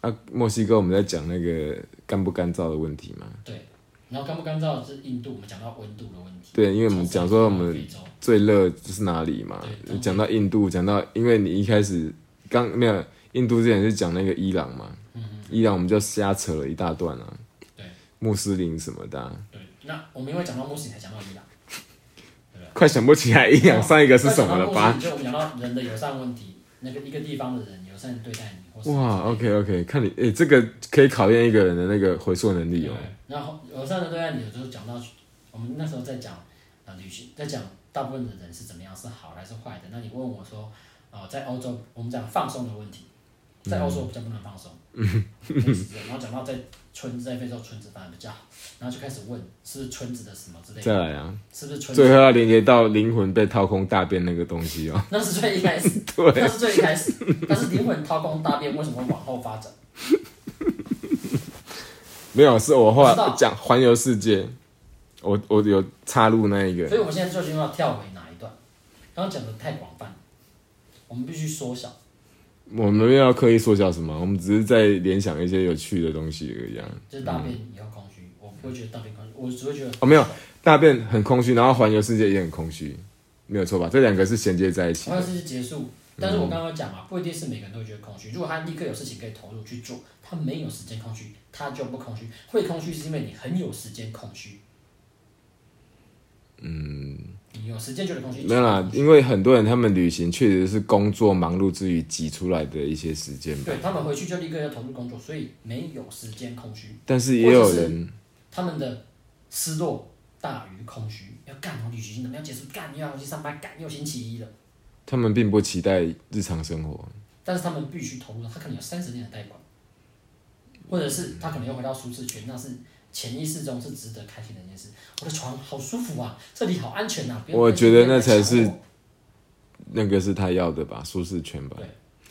Speaker 2: 啊，墨西哥我们在讲那个干不干燥的问题嘛。
Speaker 1: 对。然后干不干燥是印度，我们讲到温度的问题。
Speaker 2: 对，因为我们讲说我们
Speaker 1: 非洲
Speaker 2: 最热就是哪里嘛
Speaker 1: 对？
Speaker 2: 讲到印度，讲到因为你一开始刚没有印度之前是讲那个伊朗嘛，伊朗我们就瞎扯了一大段啊，
Speaker 1: 对
Speaker 2: 穆斯林什么的啊、
Speaker 1: 对，那我们因为讲到穆斯林才讲到伊朗，
Speaker 2: 快想不起来伊朗上一个是什么了吧？
Speaker 1: 那讲到穆斯林就我们讲到人的友善问题，那个一个地方的人友善对待你，或是
Speaker 2: 哇，OK OK，看你诶、这个可以考验一个人的那个回溯能力哦、
Speaker 1: 对然后友善的对待你，就是讲到我们那时候在讲呃旅行，在讲大部分的人是怎么样，是好还是坏的。那你问我说，呃，在欧洲我们讲放松的问题，在
Speaker 2: 嗯
Speaker 1: 欧洲比较不能放
Speaker 2: [LAUGHS]
Speaker 1: 松，类似这样然后讲到在村子在非洲村子反而比较好，然后就开始问是不是村子的什么之类
Speaker 2: 再
Speaker 1: 的，
Speaker 2: 来啊，
Speaker 1: 是不是
Speaker 2: [LAUGHS]
Speaker 1: 村
Speaker 2: 最后
Speaker 1: 子？
Speaker 2: 要连接到灵魂被掏空大便那个东西哦、
Speaker 1: 那是最一开始。
Speaker 2: [LAUGHS] 对，
Speaker 1: 那是最一开始，但是灵魂掏空大便为什么会往后发展？
Speaker 2: 没有，是我后
Speaker 1: 不知
Speaker 2: 来
Speaker 1: 道
Speaker 2: 讲环游世界，我我有插入那一
Speaker 1: 所以
Speaker 2: 个，
Speaker 1: 我们现在究竟要跳回哪一段？刚刚讲的太广泛了，我们必须缩小。
Speaker 2: 我们没有要刻意缩小什么，我们只是在联想一些有趣的东西而已啊。
Speaker 1: 就是大
Speaker 3: 嗯
Speaker 1: 便以后空虚，我不会觉得大便空虚，我只会觉得
Speaker 2: 哦没有，大便很空虚，然后环游世界也很空虚，没有错吧？这两个是衔接在一起
Speaker 1: 环游
Speaker 2: 的。
Speaker 1: 世界结束，但是
Speaker 3: 嗯
Speaker 1: 我刚刚讲嘛，不一定是每个人都觉得空虚。如果他立刻有事情可以投入去做，他没有时间空虚，他就不空虚。会空虚是因为你很有时间空虚。嗯。你有时间觉得空虚。
Speaker 3: 没有啦，因为很多人他们旅行确实是工作忙碌之余挤出来的一些时间吧
Speaker 1: 对，他们回去就立刻要投入工作，所以没有时间空虚。
Speaker 3: 但是也有
Speaker 1: 或者
Speaker 3: 人，
Speaker 1: 他们的失落大于空虚，要干我旅行怎么样结束？干又要去上班，干又星期一了。
Speaker 3: 他们并不期待日常生活，
Speaker 1: 但是他们必须投入，他可能有三十年的贷款，或者是他可能又回到舒适圈，那是潜意识中是值得开心的一件事。我的床好舒服啊，这里好安全啊！不用
Speaker 3: 我
Speaker 1: 担心
Speaker 3: 觉得
Speaker 1: 别人
Speaker 3: 那才
Speaker 1: 来抢
Speaker 3: 是
Speaker 1: 我
Speaker 3: 那个是他要的吧，舒适圈吧
Speaker 1: 对，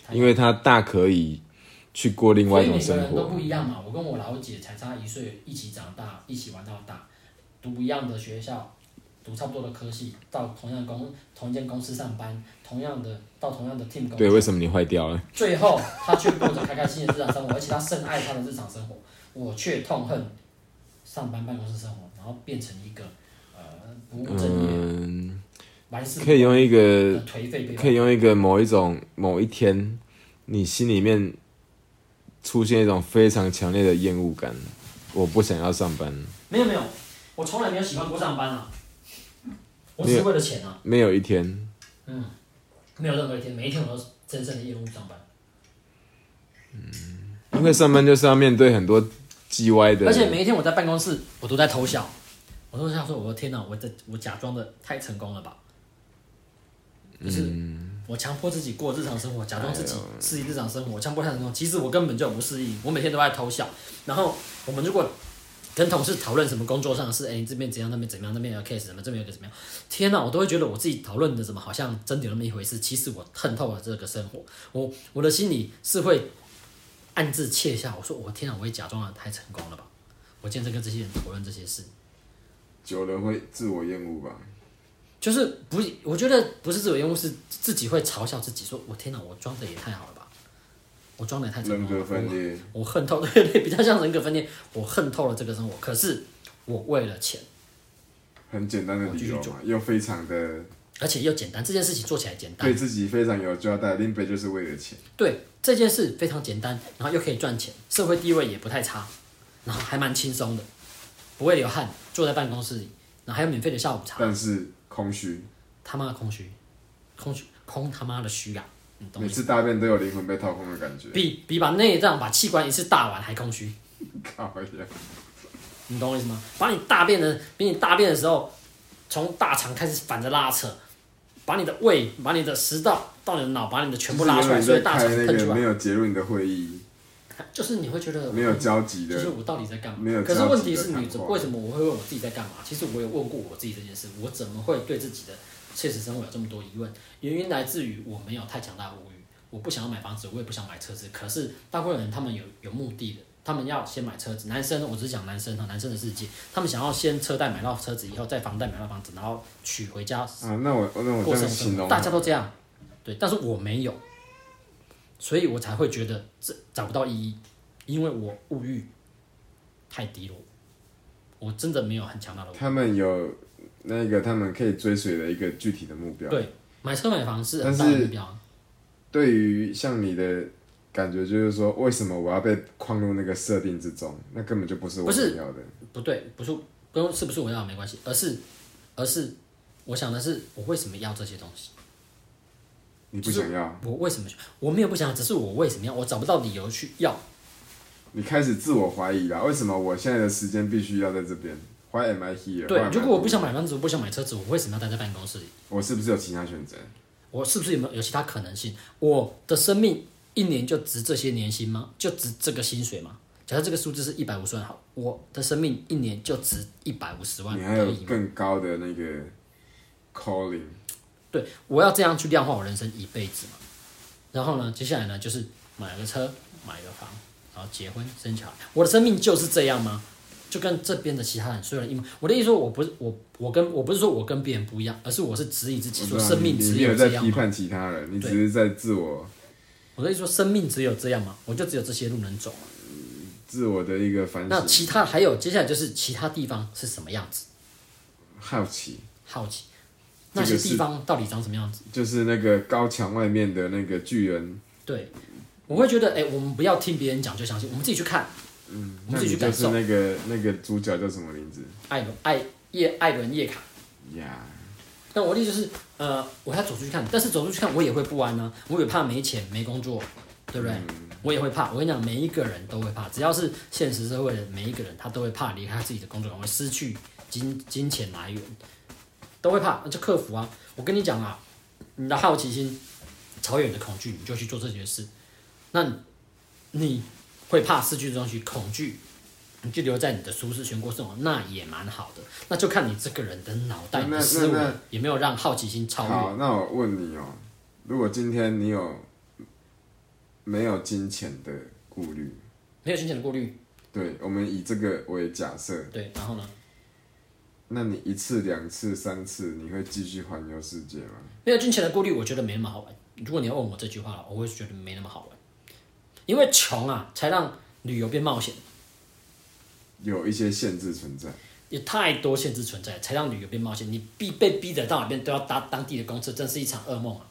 Speaker 1: 他
Speaker 3: 因为他大可以去过另外一种
Speaker 1: 所
Speaker 3: 生
Speaker 1: 以每个人都
Speaker 3: 活
Speaker 1: 不。一样嘛。我跟我老姐才差一岁，一起长大，一起玩到大，读不一样的学校，读差不多的科系，到同样的公同一间公司上班，同样的到同样的 team 工作。
Speaker 3: 对，为什么你坏掉了？
Speaker 1: 最后，他却过着开开心心的日常生活，而且他深爱他的日常生活。我却痛恨上班办公室生活，然后变成一个呃不务正业、
Speaker 3: 嗯，
Speaker 1: 蛮是
Speaker 3: 可以用一个
Speaker 1: 的颓废背包
Speaker 2: 嗯
Speaker 3: 可以用一个某一种某一天，你心里面出现一种非常强烈的厌恶感，我不想要上班，
Speaker 1: 没有没有，我从来没有喜欢过上班啊，我只是为了钱啊，
Speaker 3: 没有一天，
Speaker 1: 没有任何一天，每一天我都深深的厌恶上班。
Speaker 3: 因为上班就是要面对很多 G Y 的，
Speaker 1: 而且每一天我在办公室，我都在偷笑，我都想说，我的天哪，我在我假装的太成功了吧？就是我强迫自己过日常生活，假装自己适应日常生活，强迫太成功，其实我根本就不适应，我每天都在偷笑。然后我们如果跟同事讨论什么工作上的事，哎，你这边怎样，那边怎么样，那边有 case 什么，这边有个怎么样，天哪，我都会觉得我自己讨论的怎么好像真的有那么一回事，其实我恨透了这个生活，我我的心里是会暗自窃笑，我说我天啊，我也假装的太成功了吧！我今天在跟这些人讨论这些事，
Speaker 2: 久了会自我厌恶吧？
Speaker 1: 就是不，我觉得不是自我厌恶，是自己会嘲笑自己，说我天哪，我装的也太好了吧，我装的也太成
Speaker 2: 人
Speaker 1: 功
Speaker 2: 格
Speaker 1: 了吧，
Speaker 2: 分裂，
Speaker 1: 我恨透，对对，比较像人格分裂，我恨透了这个生活，可是我为了钱，
Speaker 2: 很简单的理由
Speaker 1: 我继续
Speaker 2: 嘛，又非常的
Speaker 1: 而且又简单，这件事情做起来简单
Speaker 2: 对，自己非常有交代，林北就是为了钱，
Speaker 1: 对，这件事非常简单，然后又可以赚钱，社会地位也不太差，然后还蛮轻松的，不会流汗，坐在办公室里，然后还有免费的下午茶，
Speaker 2: 但是空虚，
Speaker 1: 他妈的空虚，空虚空他妈的虚啊！你懂
Speaker 2: 每
Speaker 1: 吗？
Speaker 2: 次大便都有灵魂被掏空的感觉，
Speaker 1: 比比把内脏、把器官一次大完还空虚，
Speaker 2: 靠哎呀！
Speaker 1: 你懂我意思吗？把你大便的，比你大便的时候，从大肠开始反着拉扯，把你的胃、把你的食道到你的脑，把你的全部拉出来，所
Speaker 2: 就是原
Speaker 1: 以
Speaker 2: 本
Speaker 1: 大
Speaker 2: 在
Speaker 1: 肠
Speaker 2: 开那
Speaker 1: 喷出
Speaker 2: 个没
Speaker 1: 来，
Speaker 2: 有结论的会议，
Speaker 1: 就是你会觉得
Speaker 2: 没有交集
Speaker 1: 就是
Speaker 2: 的，
Speaker 1: 我到底在干
Speaker 2: 没有
Speaker 1: 嘛？可是
Speaker 2: 交集
Speaker 1: 问题是
Speaker 2: 的
Speaker 1: 你
Speaker 2: 谈话
Speaker 1: 为什么我会问我自己在干嘛？其实我有问过我自己这件事，我怎么会对自己的现实生活有这么多疑问？原因来自于我没有太强大的物欲，我不想要买房子，我也不想买车子。可是大部分人他们有有目的的，他们要先买车子。男生，我只是讲男生啊，男生的世界，他们想要先车贷买到车子，以后再房贷买到房子，然后娶回家
Speaker 2: 啊，那我那我
Speaker 1: 过生
Speaker 2: 这样
Speaker 1: 生
Speaker 2: 形
Speaker 1: 活，
Speaker 2: 容，啊
Speaker 1: 大家都这样，对，但是我没有，所以我才会觉得这找不到意义，因为我物欲太低落，我真的没有很强大的物欲。
Speaker 2: 他们有那个他们可以追随的一个具体的目标。
Speaker 1: 对，买车买房是
Speaker 2: 啊但
Speaker 1: 很
Speaker 2: 是
Speaker 1: 大的目标，
Speaker 2: 对于像你的感觉，就是说，为什么我要被框入那个设定之中？那根本就不是我
Speaker 1: 不是
Speaker 2: 想要的。
Speaker 1: 不对，不是跟是不是我要的没关系，而是而是我想的是我为什么要这些东西，
Speaker 2: 你不想要，
Speaker 1: 我为什么我没有不想要，只是我为什么要，我找不到理由去要。
Speaker 2: 你开始自我怀疑啦。为什么我现在的时间必须要在这边？Why am I here？
Speaker 1: 对
Speaker 2: Why am，I
Speaker 1: 如果我不
Speaker 2: doing
Speaker 1: 想买房子，我不想买车子，我为什么要待在办公室里？
Speaker 2: 我是不是有其他选择？
Speaker 1: 我是不是有没有有其他可能性？我的生命一年就值这些年薪吗？就值这个薪水吗？假设这个数字是一百五十万好，我的生命一年就值一百五十万
Speaker 2: 你还有
Speaker 1: 而已吗？
Speaker 2: 更高的那个 calling，
Speaker 1: 对，我要这样去量化我人生一辈子嘛。然后呢，接下来呢就是买个车，买个房，然后结婚生小孩。我的生命就是这样吗？就跟这边的其他人所有人一模。我的意思说，我不是我我跟我不是说我跟别人不一样，而是我是质疑自己，
Speaker 2: 我知
Speaker 1: 说
Speaker 2: 道
Speaker 1: 生
Speaker 2: 你
Speaker 1: 命
Speaker 2: 你
Speaker 1: 只
Speaker 2: 没有
Speaker 1: 这
Speaker 2: 在
Speaker 1: 样
Speaker 2: 批
Speaker 1: 吗？
Speaker 2: 判其他人，你只
Speaker 1: 对
Speaker 2: 是在自我
Speaker 1: 我的意思说，生命只有这样吗？我就只有这些路能走吗？
Speaker 2: 自我的一个反
Speaker 1: 那
Speaker 2: 省、
Speaker 1: 其他还有接下来就是其他地方是什么样子？
Speaker 2: 好奇。
Speaker 1: 好奇，
Speaker 2: 这
Speaker 1: 那
Speaker 2: 个
Speaker 1: 些
Speaker 2: 是
Speaker 1: 地方到底长什么样子？
Speaker 2: 就是那个高墙外面的那个巨人，
Speaker 1: 对，我会觉得，哎、我们不要听别人讲就相信，我们自己去看。
Speaker 2: 嗯，
Speaker 1: 我们
Speaker 2: 那
Speaker 1: 自己
Speaker 2: 你
Speaker 1: 去
Speaker 2: 就
Speaker 1: 感
Speaker 2: 是
Speaker 1: 受
Speaker 2: 那个那个主角叫什么名字？
Speaker 1: 艾伦艾叶艾伦叶卡，
Speaker 2: 呀、
Speaker 1: 但我的意思就是，呃，我要走出去看，但是走出去看我也会不安呢、我也怕没钱没工作，对不
Speaker 2: 嗯
Speaker 1: 对？我也会怕。我跟你讲，每一个人都会怕，只要是现实社会的每一个人，他都会怕离开自己的工作岗位，失去金金钱来源，都会怕，那就克服啊。我跟你讲啊，你的好奇心超越你的恐惧，你就去做这些事。那你你会怕失去的东西，恐惧。你就留在你的舒适圈过生活，那也蛮好的。那就看你这个人的脑袋、你
Speaker 2: 那
Speaker 1: 的
Speaker 2: 那
Speaker 1: 思维
Speaker 2: 那
Speaker 1: 有没有让好奇心超越。
Speaker 2: 好，那我问你哦，如果今天你有没有金钱的顾虑？
Speaker 1: 没有金钱的顾虑，
Speaker 2: 对，我们以这个为假设，
Speaker 1: 对，然后呢？
Speaker 2: 那你一次、两次、三次，你会继续环游世界吗？
Speaker 1: 没有金钱的顾虑，我觉得没那么好玩。如果你要问我这句话，我会觉得没那么好玩，因为穷啊，才让旅游变冒险，
Speaker 2: 有一些限制存在。
Speaker 1: 也太多限制存在，才让旅游变冒险。你必被逼得到哪边都要搭当地的公车，真是一场噩梦啊！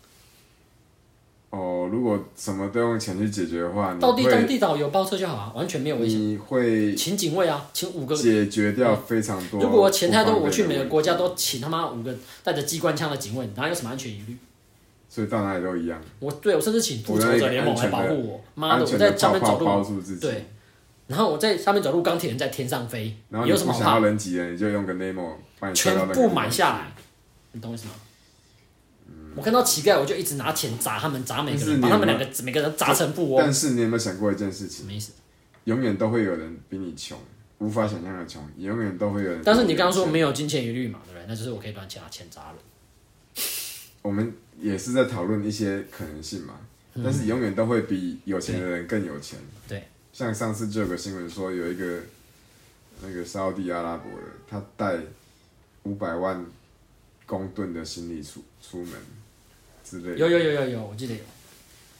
Speaker 2: 哦，如果什么都用钱去解决的话，你
Speaker 1: 到地当
Speaker 2: 会
Speaker 1: 地导游包车就好啊，完全没有危险。
Speaker 2: 你会
Speaker 1: 请警卫啊，请五个。
Speaker 2: 解决掉非常多。
Speaker 1: 嗯如果我钱太多，
Speaker 2: 不
Speaker 1: 我
Speaker 2: 方便的
Speaker 1: 去每个
Speaker 2: 问题
Speaker 1: 国家都请他妈五个带着机关枪的警卫，哪有什么安全疑虑？
Speaker 2: 所以到哪里都一样。
Speaker 1: 我对我甚至请复仇者联盟来保护我，妈的，
Speaker 2: 安
Speaker 1: 我
Speaker 2: 全的
Speaker 1: 在上
Speaker 2: 泡
Speaker 1: 面
Speaker 2: 泡
Speaker 1: 走路
Speaker 2: 包住自己，
Speaker 1: 对，然后我在上面走路，钢铁人在天上飞，
Speaker 2: 然后你
Speaker 1: 有什么好
Speaker 2: 不想
Speaker 1: 怕
Speaker 2: 要？人挤人，你就用个 Nemo 把你塞
Speaker 1: 全
Speaker 2: 到那个
Speaker 1: 部
Speaker 2: 里
Speaker 1: 买
Speaker 2: 面
Speaker 1: 下来，你懂我意思吗？我看到乞丐，我就一直拿钱砸他们，砸每个
Speaker 2: 但是
Speaker 1: 人，
Speaker 2: 你
Speaker 1: 把他们
Speaker 2: 有
Speaker 1: 两
Speaker 2: 没
Speaker 1: 个每个人砸成布哦
Speaker 2: 但。是你有没有想过一件事
Speaker 1: 什
Speaker 2: 情？
Speaker 1: 么意思？
Speaker 2: 永远都会有人比你穷，无法想象的穷，永远都会有人。
Speaker 1: 但是你刚刚说没，有金钱疑虑嘛，对不对？那就是我可以乱拿钱砸人。
Speaker 2: 我们也是在讨论一些可能性嘛。但是永远都会比有钱的人更有钱。
Speaker 1: 嗯对，
Speaker 2: 像上次就有个新闻说，有一个那个沙地阿拉伯的，他带五百万公吨的行李出出门之类的。
Speaker 1: 有有有有有，我记得有，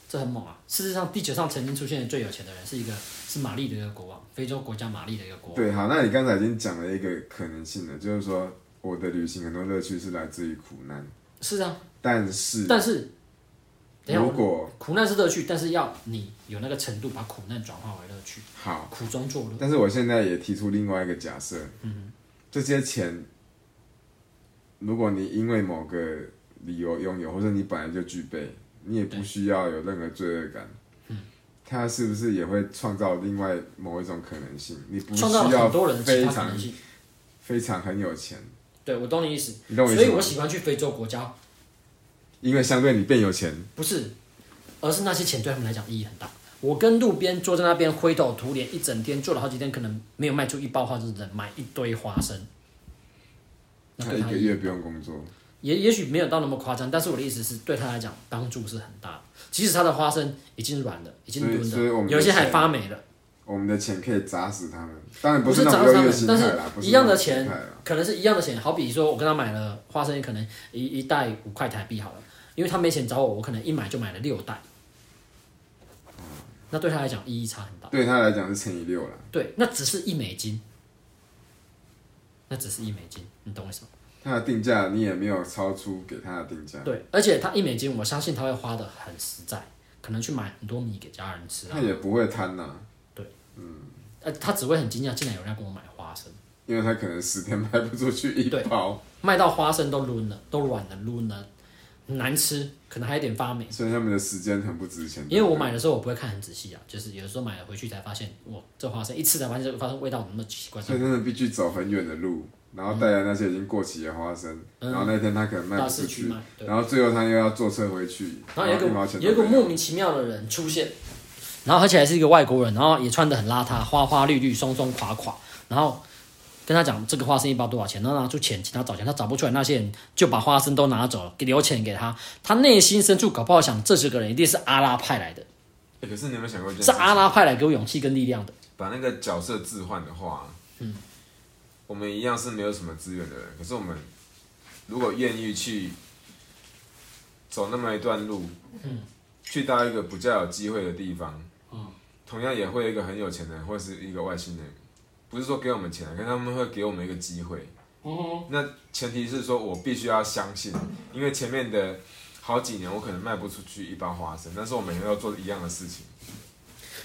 Speaker 1: 这很猛啊！事实上，地球上曾经出现的最有钱的人是一个是马利的一个国王，非洲国家马利的一个国王。
Speaker 2: 对，好，那你刚才已经讲了一个可能性了，就是说我的旅行很多乐趣是来自于苦难，
Speaker 1: 是啊，
Speaker 2: 但是
Speaker 1: 但是，等一下
Speaker 2: 如
Speaker 1: 我
Speaker 2: 果
Speaker 1: 苦难是乐趣，但是要你有那个程度把苦难转化为乐趣，
Speaker 2: 好，
Speaker 1: 苦中作乐。
Speaker 2: 但是我现在也提出另外一个假设，
Speaker 1: 嗯
Speaker 2: 这些钱，如果你因为某个理由拥有，或者你本来就具备，你也不需要有任何罪恶感。
Speaker 1: 嗯
Speaker 2: 它是不是也会创造另外某一种可能性？你不需
Speaker 1: 创造了
Speaker 2: 要
Speaker 1: 很多人的其
Speaker 2: 非
Speaker 1: 他可能
Speaker 2: 常
Speaker 1: 性。
Speaker 2: 非常很有钱，
Speaker 1: 对，我懂你意思，
Speaker 2: 你懂我意
Speaker 1: 所
Speaker 2: 思
Speaker 1: 以我
Speaker 2: 吗？
Speaker 1: 喜欢去非洲国家，
Speaker 2: 因为相对你变有钱，
Speaker 1: 不是，而是那些钱对他们来讲意义很大。我跟路边坐在那边灰头土脸一整天，坐了好几天，可能没有卖出一包花生的，买一堆花生。那
Speaker 2: 他
Speaker 1: 对
Speaker 2: 一
Speaker 1: 他
Speaker 2: 个
Speaker 1: 意义
Speaker 2: 月不用工作。
Speaker 1: 也也许没有到那么夸张，但是我的意思是对他来讲帮助是很大的。即使他的花生已经软了，已经
Speaker 2: 所以所以我
Speaker 1: 蹲了，
Speaker 2: 们的
Speaker 1: 有一些还
Speaker 2: 钱
Speaker 1: 发霉了。
Speaker 2: 我们的钱可以砸死他们，当然
Speaker 1: 不
Speaker 2: 是
Speaker 1: 是
Speaker 2: 那种
Speaker 1: 砸他
Speaker 2: 优越
Speaker 1: 们，
Speaker 2: 心
Speaker 1: 但
Speaker 2: 态啦，不
Speaker 1: 是
Speaker 2: 是
Speaker 1: 一样的
Speaker 2: 那种心
Speaker 1: 钱
Speaker 2: 态啊啦，
Speaker 1: 可能是一样的钱。好比说我跟他买了花生，可能一一袋五块台币好了，因为他没钱找我，我可能一买就买了六袋。那对他来讲意义差很大。
Speaker 2: 对他来讲是乘以六啦。
Speaker 1: 对，那只是一美金，那只是一美金，你懂我意思吗？
Speaker 2: 他的定价你也没有超出给他的定价，
Speaker 1: 对，而且他一美金，我相信他会花的很实在，可能去买很多米给家人吃
Speaker 2: 他
Speaker 1: 啊。
Speaker 2: 也不会贪呐、
Speaker 1: 呃，他只会很惊讶，竟然有人要跟我买花生。
Speaker 2: 因为他可能十天 [LAUGHS] 卖不出去一
Speaker 1: 对
Speaker 2: 包，
Speaker 1: 卖到花生都抡了，都软了，抡了，难吃，可能还有点发霉。
Speaker 2: 所以他们的时间很不值钱。
Speaker 1: 因为我买的时候我不会看很仔细啊，就是有的时候买了回去才发现，哇，这花生一吃才发现这个花生味道那么奇怪
Speaker 2: 对不对，所以真的必须走很远的路，然后带来那些已经过期的花生，
Speaker 1: 嗯
Speaker 2: 然后那天他可能卖
Speaker 1: 到
Speaker 2: 不出
Speaker 1: 市区
Speaker 2: 去，
Speaker 1: 卖，对。
Speaker 2: 然后最后他又要坐车回去，
Speaker 1: 然后有一
Speaker 2: 啊一毛钱
Speaker 1: 个
Speaker 2: 都
Speaker 1: 有一个
Speaker 2: 没
Speaker 1: 莫名其妙的人出现，然后而且还是一个外国人，然后也穿的很邋遢，花花绿绿、松松垮垮，然后跟他讲这个花生一包多少钱，然后拿出钱请他找钱，他找不出来，那些人就把花生都拿走了，给留钱给他。他内心深处搞不好想，这几个人一定是阿拉派来的，
Speaker 2: 欸可是你有没有想过一件
Speaker 1: 是
Speaker 2: 事情
Speaker 1: 阿拉派来给我勇气跟力量的。
Speaker 2: 把那个角色置换的话，我们一样是没有什么资源的人，可是我们如果愿意去走那么一段路，去到一个比较有机会的地方，同样也会有一个很有钱的人或是一个外星人，不是说给我们钱，可是他们会给我们一个机会，
Speaker 4: 嗯
Speaker 2: 那前提是说我必须要相信，因为前面的好几年我可能卖不出去一包花生，但是我每天都做一样的事情。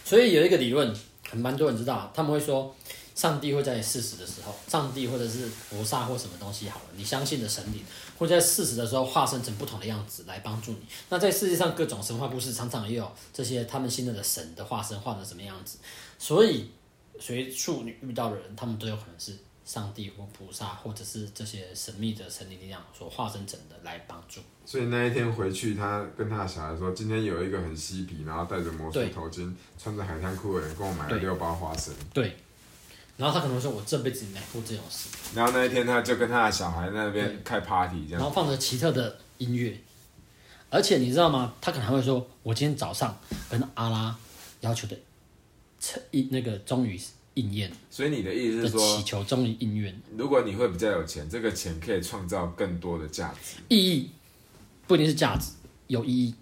Speaker 1: 所以有一个理论，很蛮多人知道，他们会说，上帝会在四十的时候，上帝或者是菩萨或什么东西好了，你相信的神灵会在四十的时候化身成不同的样子来帮助你。那在世界上各种神话故事，常常也有这些他们信任的神的化身化成什么样子。所以，随处你遇到的人，他们都有可能是上帝或菩萨或者是这些神秘的神灵力量所化身成的来帮助。
Speaker 2: 所以那一天回去，他跟他的小孩说，今天有一个很嬉皮，然后戴着魔术
Speaker 1: 对
Speaker 2: 头巾、穿着海滩裤的人跟我买了
Speaker 1: 对
Speaker 2: 六包花生。
Speaker 1: 对。然后他可能会说：“我这辈子没过这种事。”
Speaker 2: 然后那一天他就跟他的小孩在那边开 party 这
Speaker 1: 然
Speaker 2: 样。
Speaker 1: 后放着奇特的音乐，而且你知道吗？他可能还会说：“我今天早上跟阿拉要求的，成应那个终于应验
Speaker 2: 所以你的意
Speaker 1: 的
Speaker 2: 思是
Speaker 1: 祈
Speaker 2: 说，
Speaker 1: 求终于应验，
Speaker 2: 如果你会比较有钱，这个钱可以创造更多的价值，
Speaker 1: 意义不一定是价值，有意义。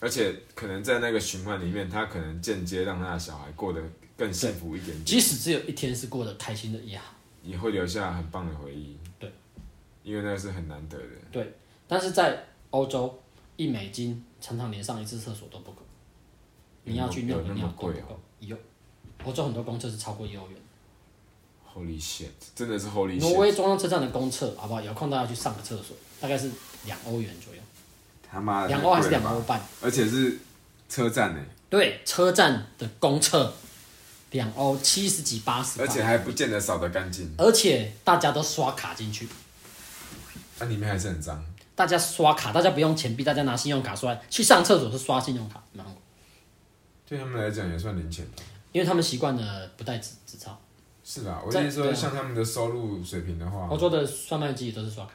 Speaker 2: 而且可能在那个循环里面，他可能间接让他的小孩过得更幸福一点点。
Speaker 1: 即使只有一天是过得开心的也好，
Speaker 2: 也会留下很棒的回忆。
Speaker 1: 对，
Speaker 2: 因为那是很难得的。
Speaker 1: 对。但是在欧洲，一美金常常连上一次厕所都不够，你要去尿
Speaker 2: 有
Speaker 1: 个
Speaker 2: 那
Speaker 1: 尿
Speaker 2: 么
Speaker 1: 够
Speaker 2: 贵哦
Speaker 1: 不够？有，欧洲很多公厕是超过一欧元。
Speaker 2: Holy shit，真的是 Holy
Speaker 1: 挪
Speaker 2: shit！
Speaker 1: 威中央车站的公厕，好不好？有空大家去上个厕所，大概是两欧元左右，
Speaker 2: 他妈的，
Speaker 1: 两欧还是
Speaker 2: 太贵
Speaker 1: 两
Speaker 2: 了吧
Speaker 1: 欧？半？
Speaker 2: 而且是车站欸呢，
Speaker 1: 对，车站的公厕两欧七十几八十，
Speaker 2: 而且还不见得扫得干净，
Speaker 1: 而且大家都刷卡进去，
Speaker 2: 那、啊里面还是很脏。
Speaker 1: 大家刷卡，大家不用钱币，大家拿信用卡刷，去上厕所是刷信用卡，然后
Speaker 2: 对他们来讲也算零钱吧
Speaker 1: 因为他们习惯了不带纸纸钞，
Speaker 2: 是吧？我
Speaker 1: 在
Speaker 2: 意思
Speaker 1: 对
Speaker 2: 说，
Speaker 1: 啊
Speaker 2: 像他们的收入水平的话
Speaker 1: 欧，洲的贩卖机也都是刷卡，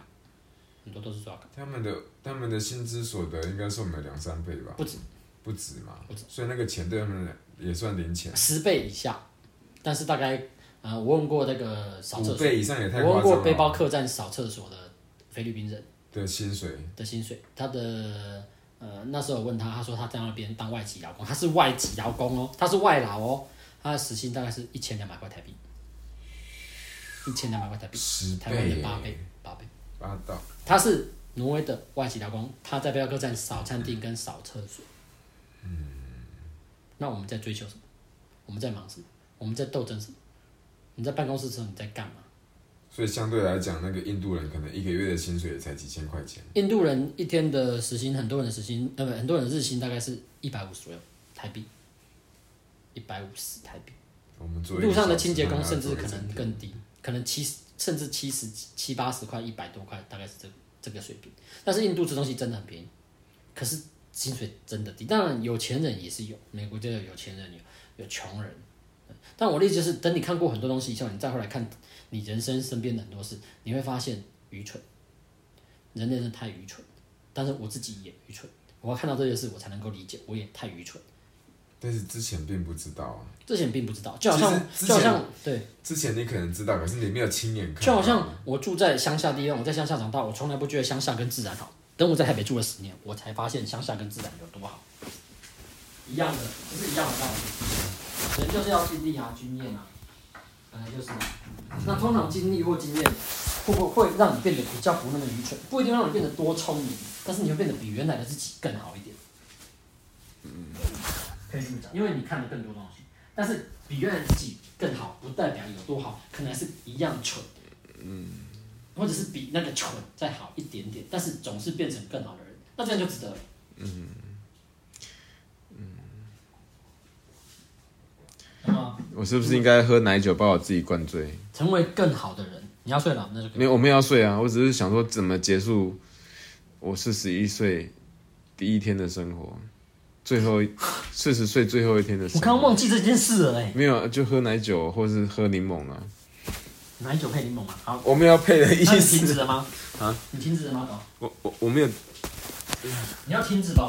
Speaker 1: 很多都是刷卡，
Speaker 2: 他们的他们的薪资所得应该是我们的两三倍吧？
Speaker 1: 不止
Speaker 2: 不止嘛
Speaker 1: 不止，
Speaker 2: 所以那个钱对他们来也算零钱，
Speaker 1: 十倍以下，但是大概呃，我问过那个扫
Speaker 2: 五
Speaker 1: 厕所，
Speaker 2: 倍以上嗯也太
Speaker 1: 我
Speaker 2: 夸
Speaker 1: 问
Speaker 2: 张
Speaker 1: 过
Speaker 2: 了
Speaker 1: 背包
Speaker 2: 吧。
Speaker 1: 客栈扫厕所的菲律宾人。
Speaker 2: 的薪水，
Speaker 1: 的薪水，他的呃那时候我问他，他说他在那边当外籍劳工，他是外籍劳工哦，他是外劳哦，他的时薪大概是一千两百块台币，一千两百块台币，
Speaker 2: 十
Speaker 1: 台湾
Speaker 2: 倍
Speaker 1: 的
Speaker 2: 耶
Speaker 1: 八倍，八倍。
Speaker 2: 八到
Speaker 1: 他是挪威的外籍劳工，他在背包客栈扫餐厅跟扫厕所。嗯，那我们在追求什么？我们在忙什么？我们在斗争什么？你在办公室的时候你在干嘛？
Speaker 2: 所以相对来讲，那个印度人可能一个月的薪水也才几千块钱，
Speaker 1: 印度人一天的时薪，很多人的时薪，呃，不，很多人的日薪大概是一百五左右台币，一百五十台币。
Speaker 2: 我们做一个
Speaker 1: 路上的
Speaker 2: 小时
Speaker 1: 清洁
Speaker 2: 大概
Speaker 1: 工
Speaker 2: 要
Speaker 1: 甚至
Speaker 2: 做一
Speaker 1: 可能
Speaker 2: 整天
Speaker 1: 更低，可能七十甚至七十七八十块、一百多块，大概是这个这个水平。但是印度吃东西真的很便宜，可是薪水真的低。当然，有钱人也是有，美国就有有钱人有有穷人。嗯但我的意思就是，等你看过很多东西以后，你再回来看你人生身边的很多事，你会发现愚蠢，人类真的太愚蠢。但是我自己也愚蠢，我要看到这些事，我才能够理解，我也太愚蠢。
Speaker 2: 但是之前并不知道啊，
Speaker 1: 之前并不知道，就好像
Speaker 2: 其实之
Speaker 1: 就好
Speaker 2: 前
Speaker 1: 像对。
Speaker 2: 之前你可能知道，可是你没有亲眼看到。
Speaker 1: 就好像我住在乡下地方，我在乡下长大，我从来不觉得乡下跟自然好。等我在台北住了十年，我才发现乡下跟自然有多好。一样的，就是一样的道理。人就是要经历啊，经验啊，本来就是、啊。那通常经历或经验，会不会让你变得比较不那么愚蠢？不一定让你变得多聪明，但是你会变得比原来的自己更好一点。可以这么讲，因为你看了更多东西，但是比原来自己更好，不代表有多好，可能还是一样蠢。或者是比那个蠢再好一点点，但是总是变成更好的人，那这样就值得了。
Speaker 5: 嗯
Speaker 1: 嗯嗯。
Speaker 5: 我是不是应该喝奶酒把我自己灌醉？
Speaker 1: 成为更好的人，你要睡了，那就可
Speaker 5: 没
Speaker 1: 以。
Speaker 5: 有，我没有要睡啊，我只是想说怎么结束我四十一岁第一天的生活，最后
Speaker 1: [LAUGHS]
Speaker 5: 四十岁最后一天的
Speaker 1: 我
Speaker 5: 生活。
Speaker 1: 刚刚忘记这件事了哎、
Speaker 5: 没有，就喝奶酒或是喝柠檬啊。
Speaker 1: 奶酒配柠檬啊？好，
Speaker 5: 我们要配的意 [LAUGHS]
Speaker 1: 那你停止
Speaker 5: 思，
Speaker 1: 了吗？
Speaker 5: 啊，
Speaker 1: 你停止了吗？宝，
Speaker 5: 我我我没有
Speaker 1: 你要停止吧？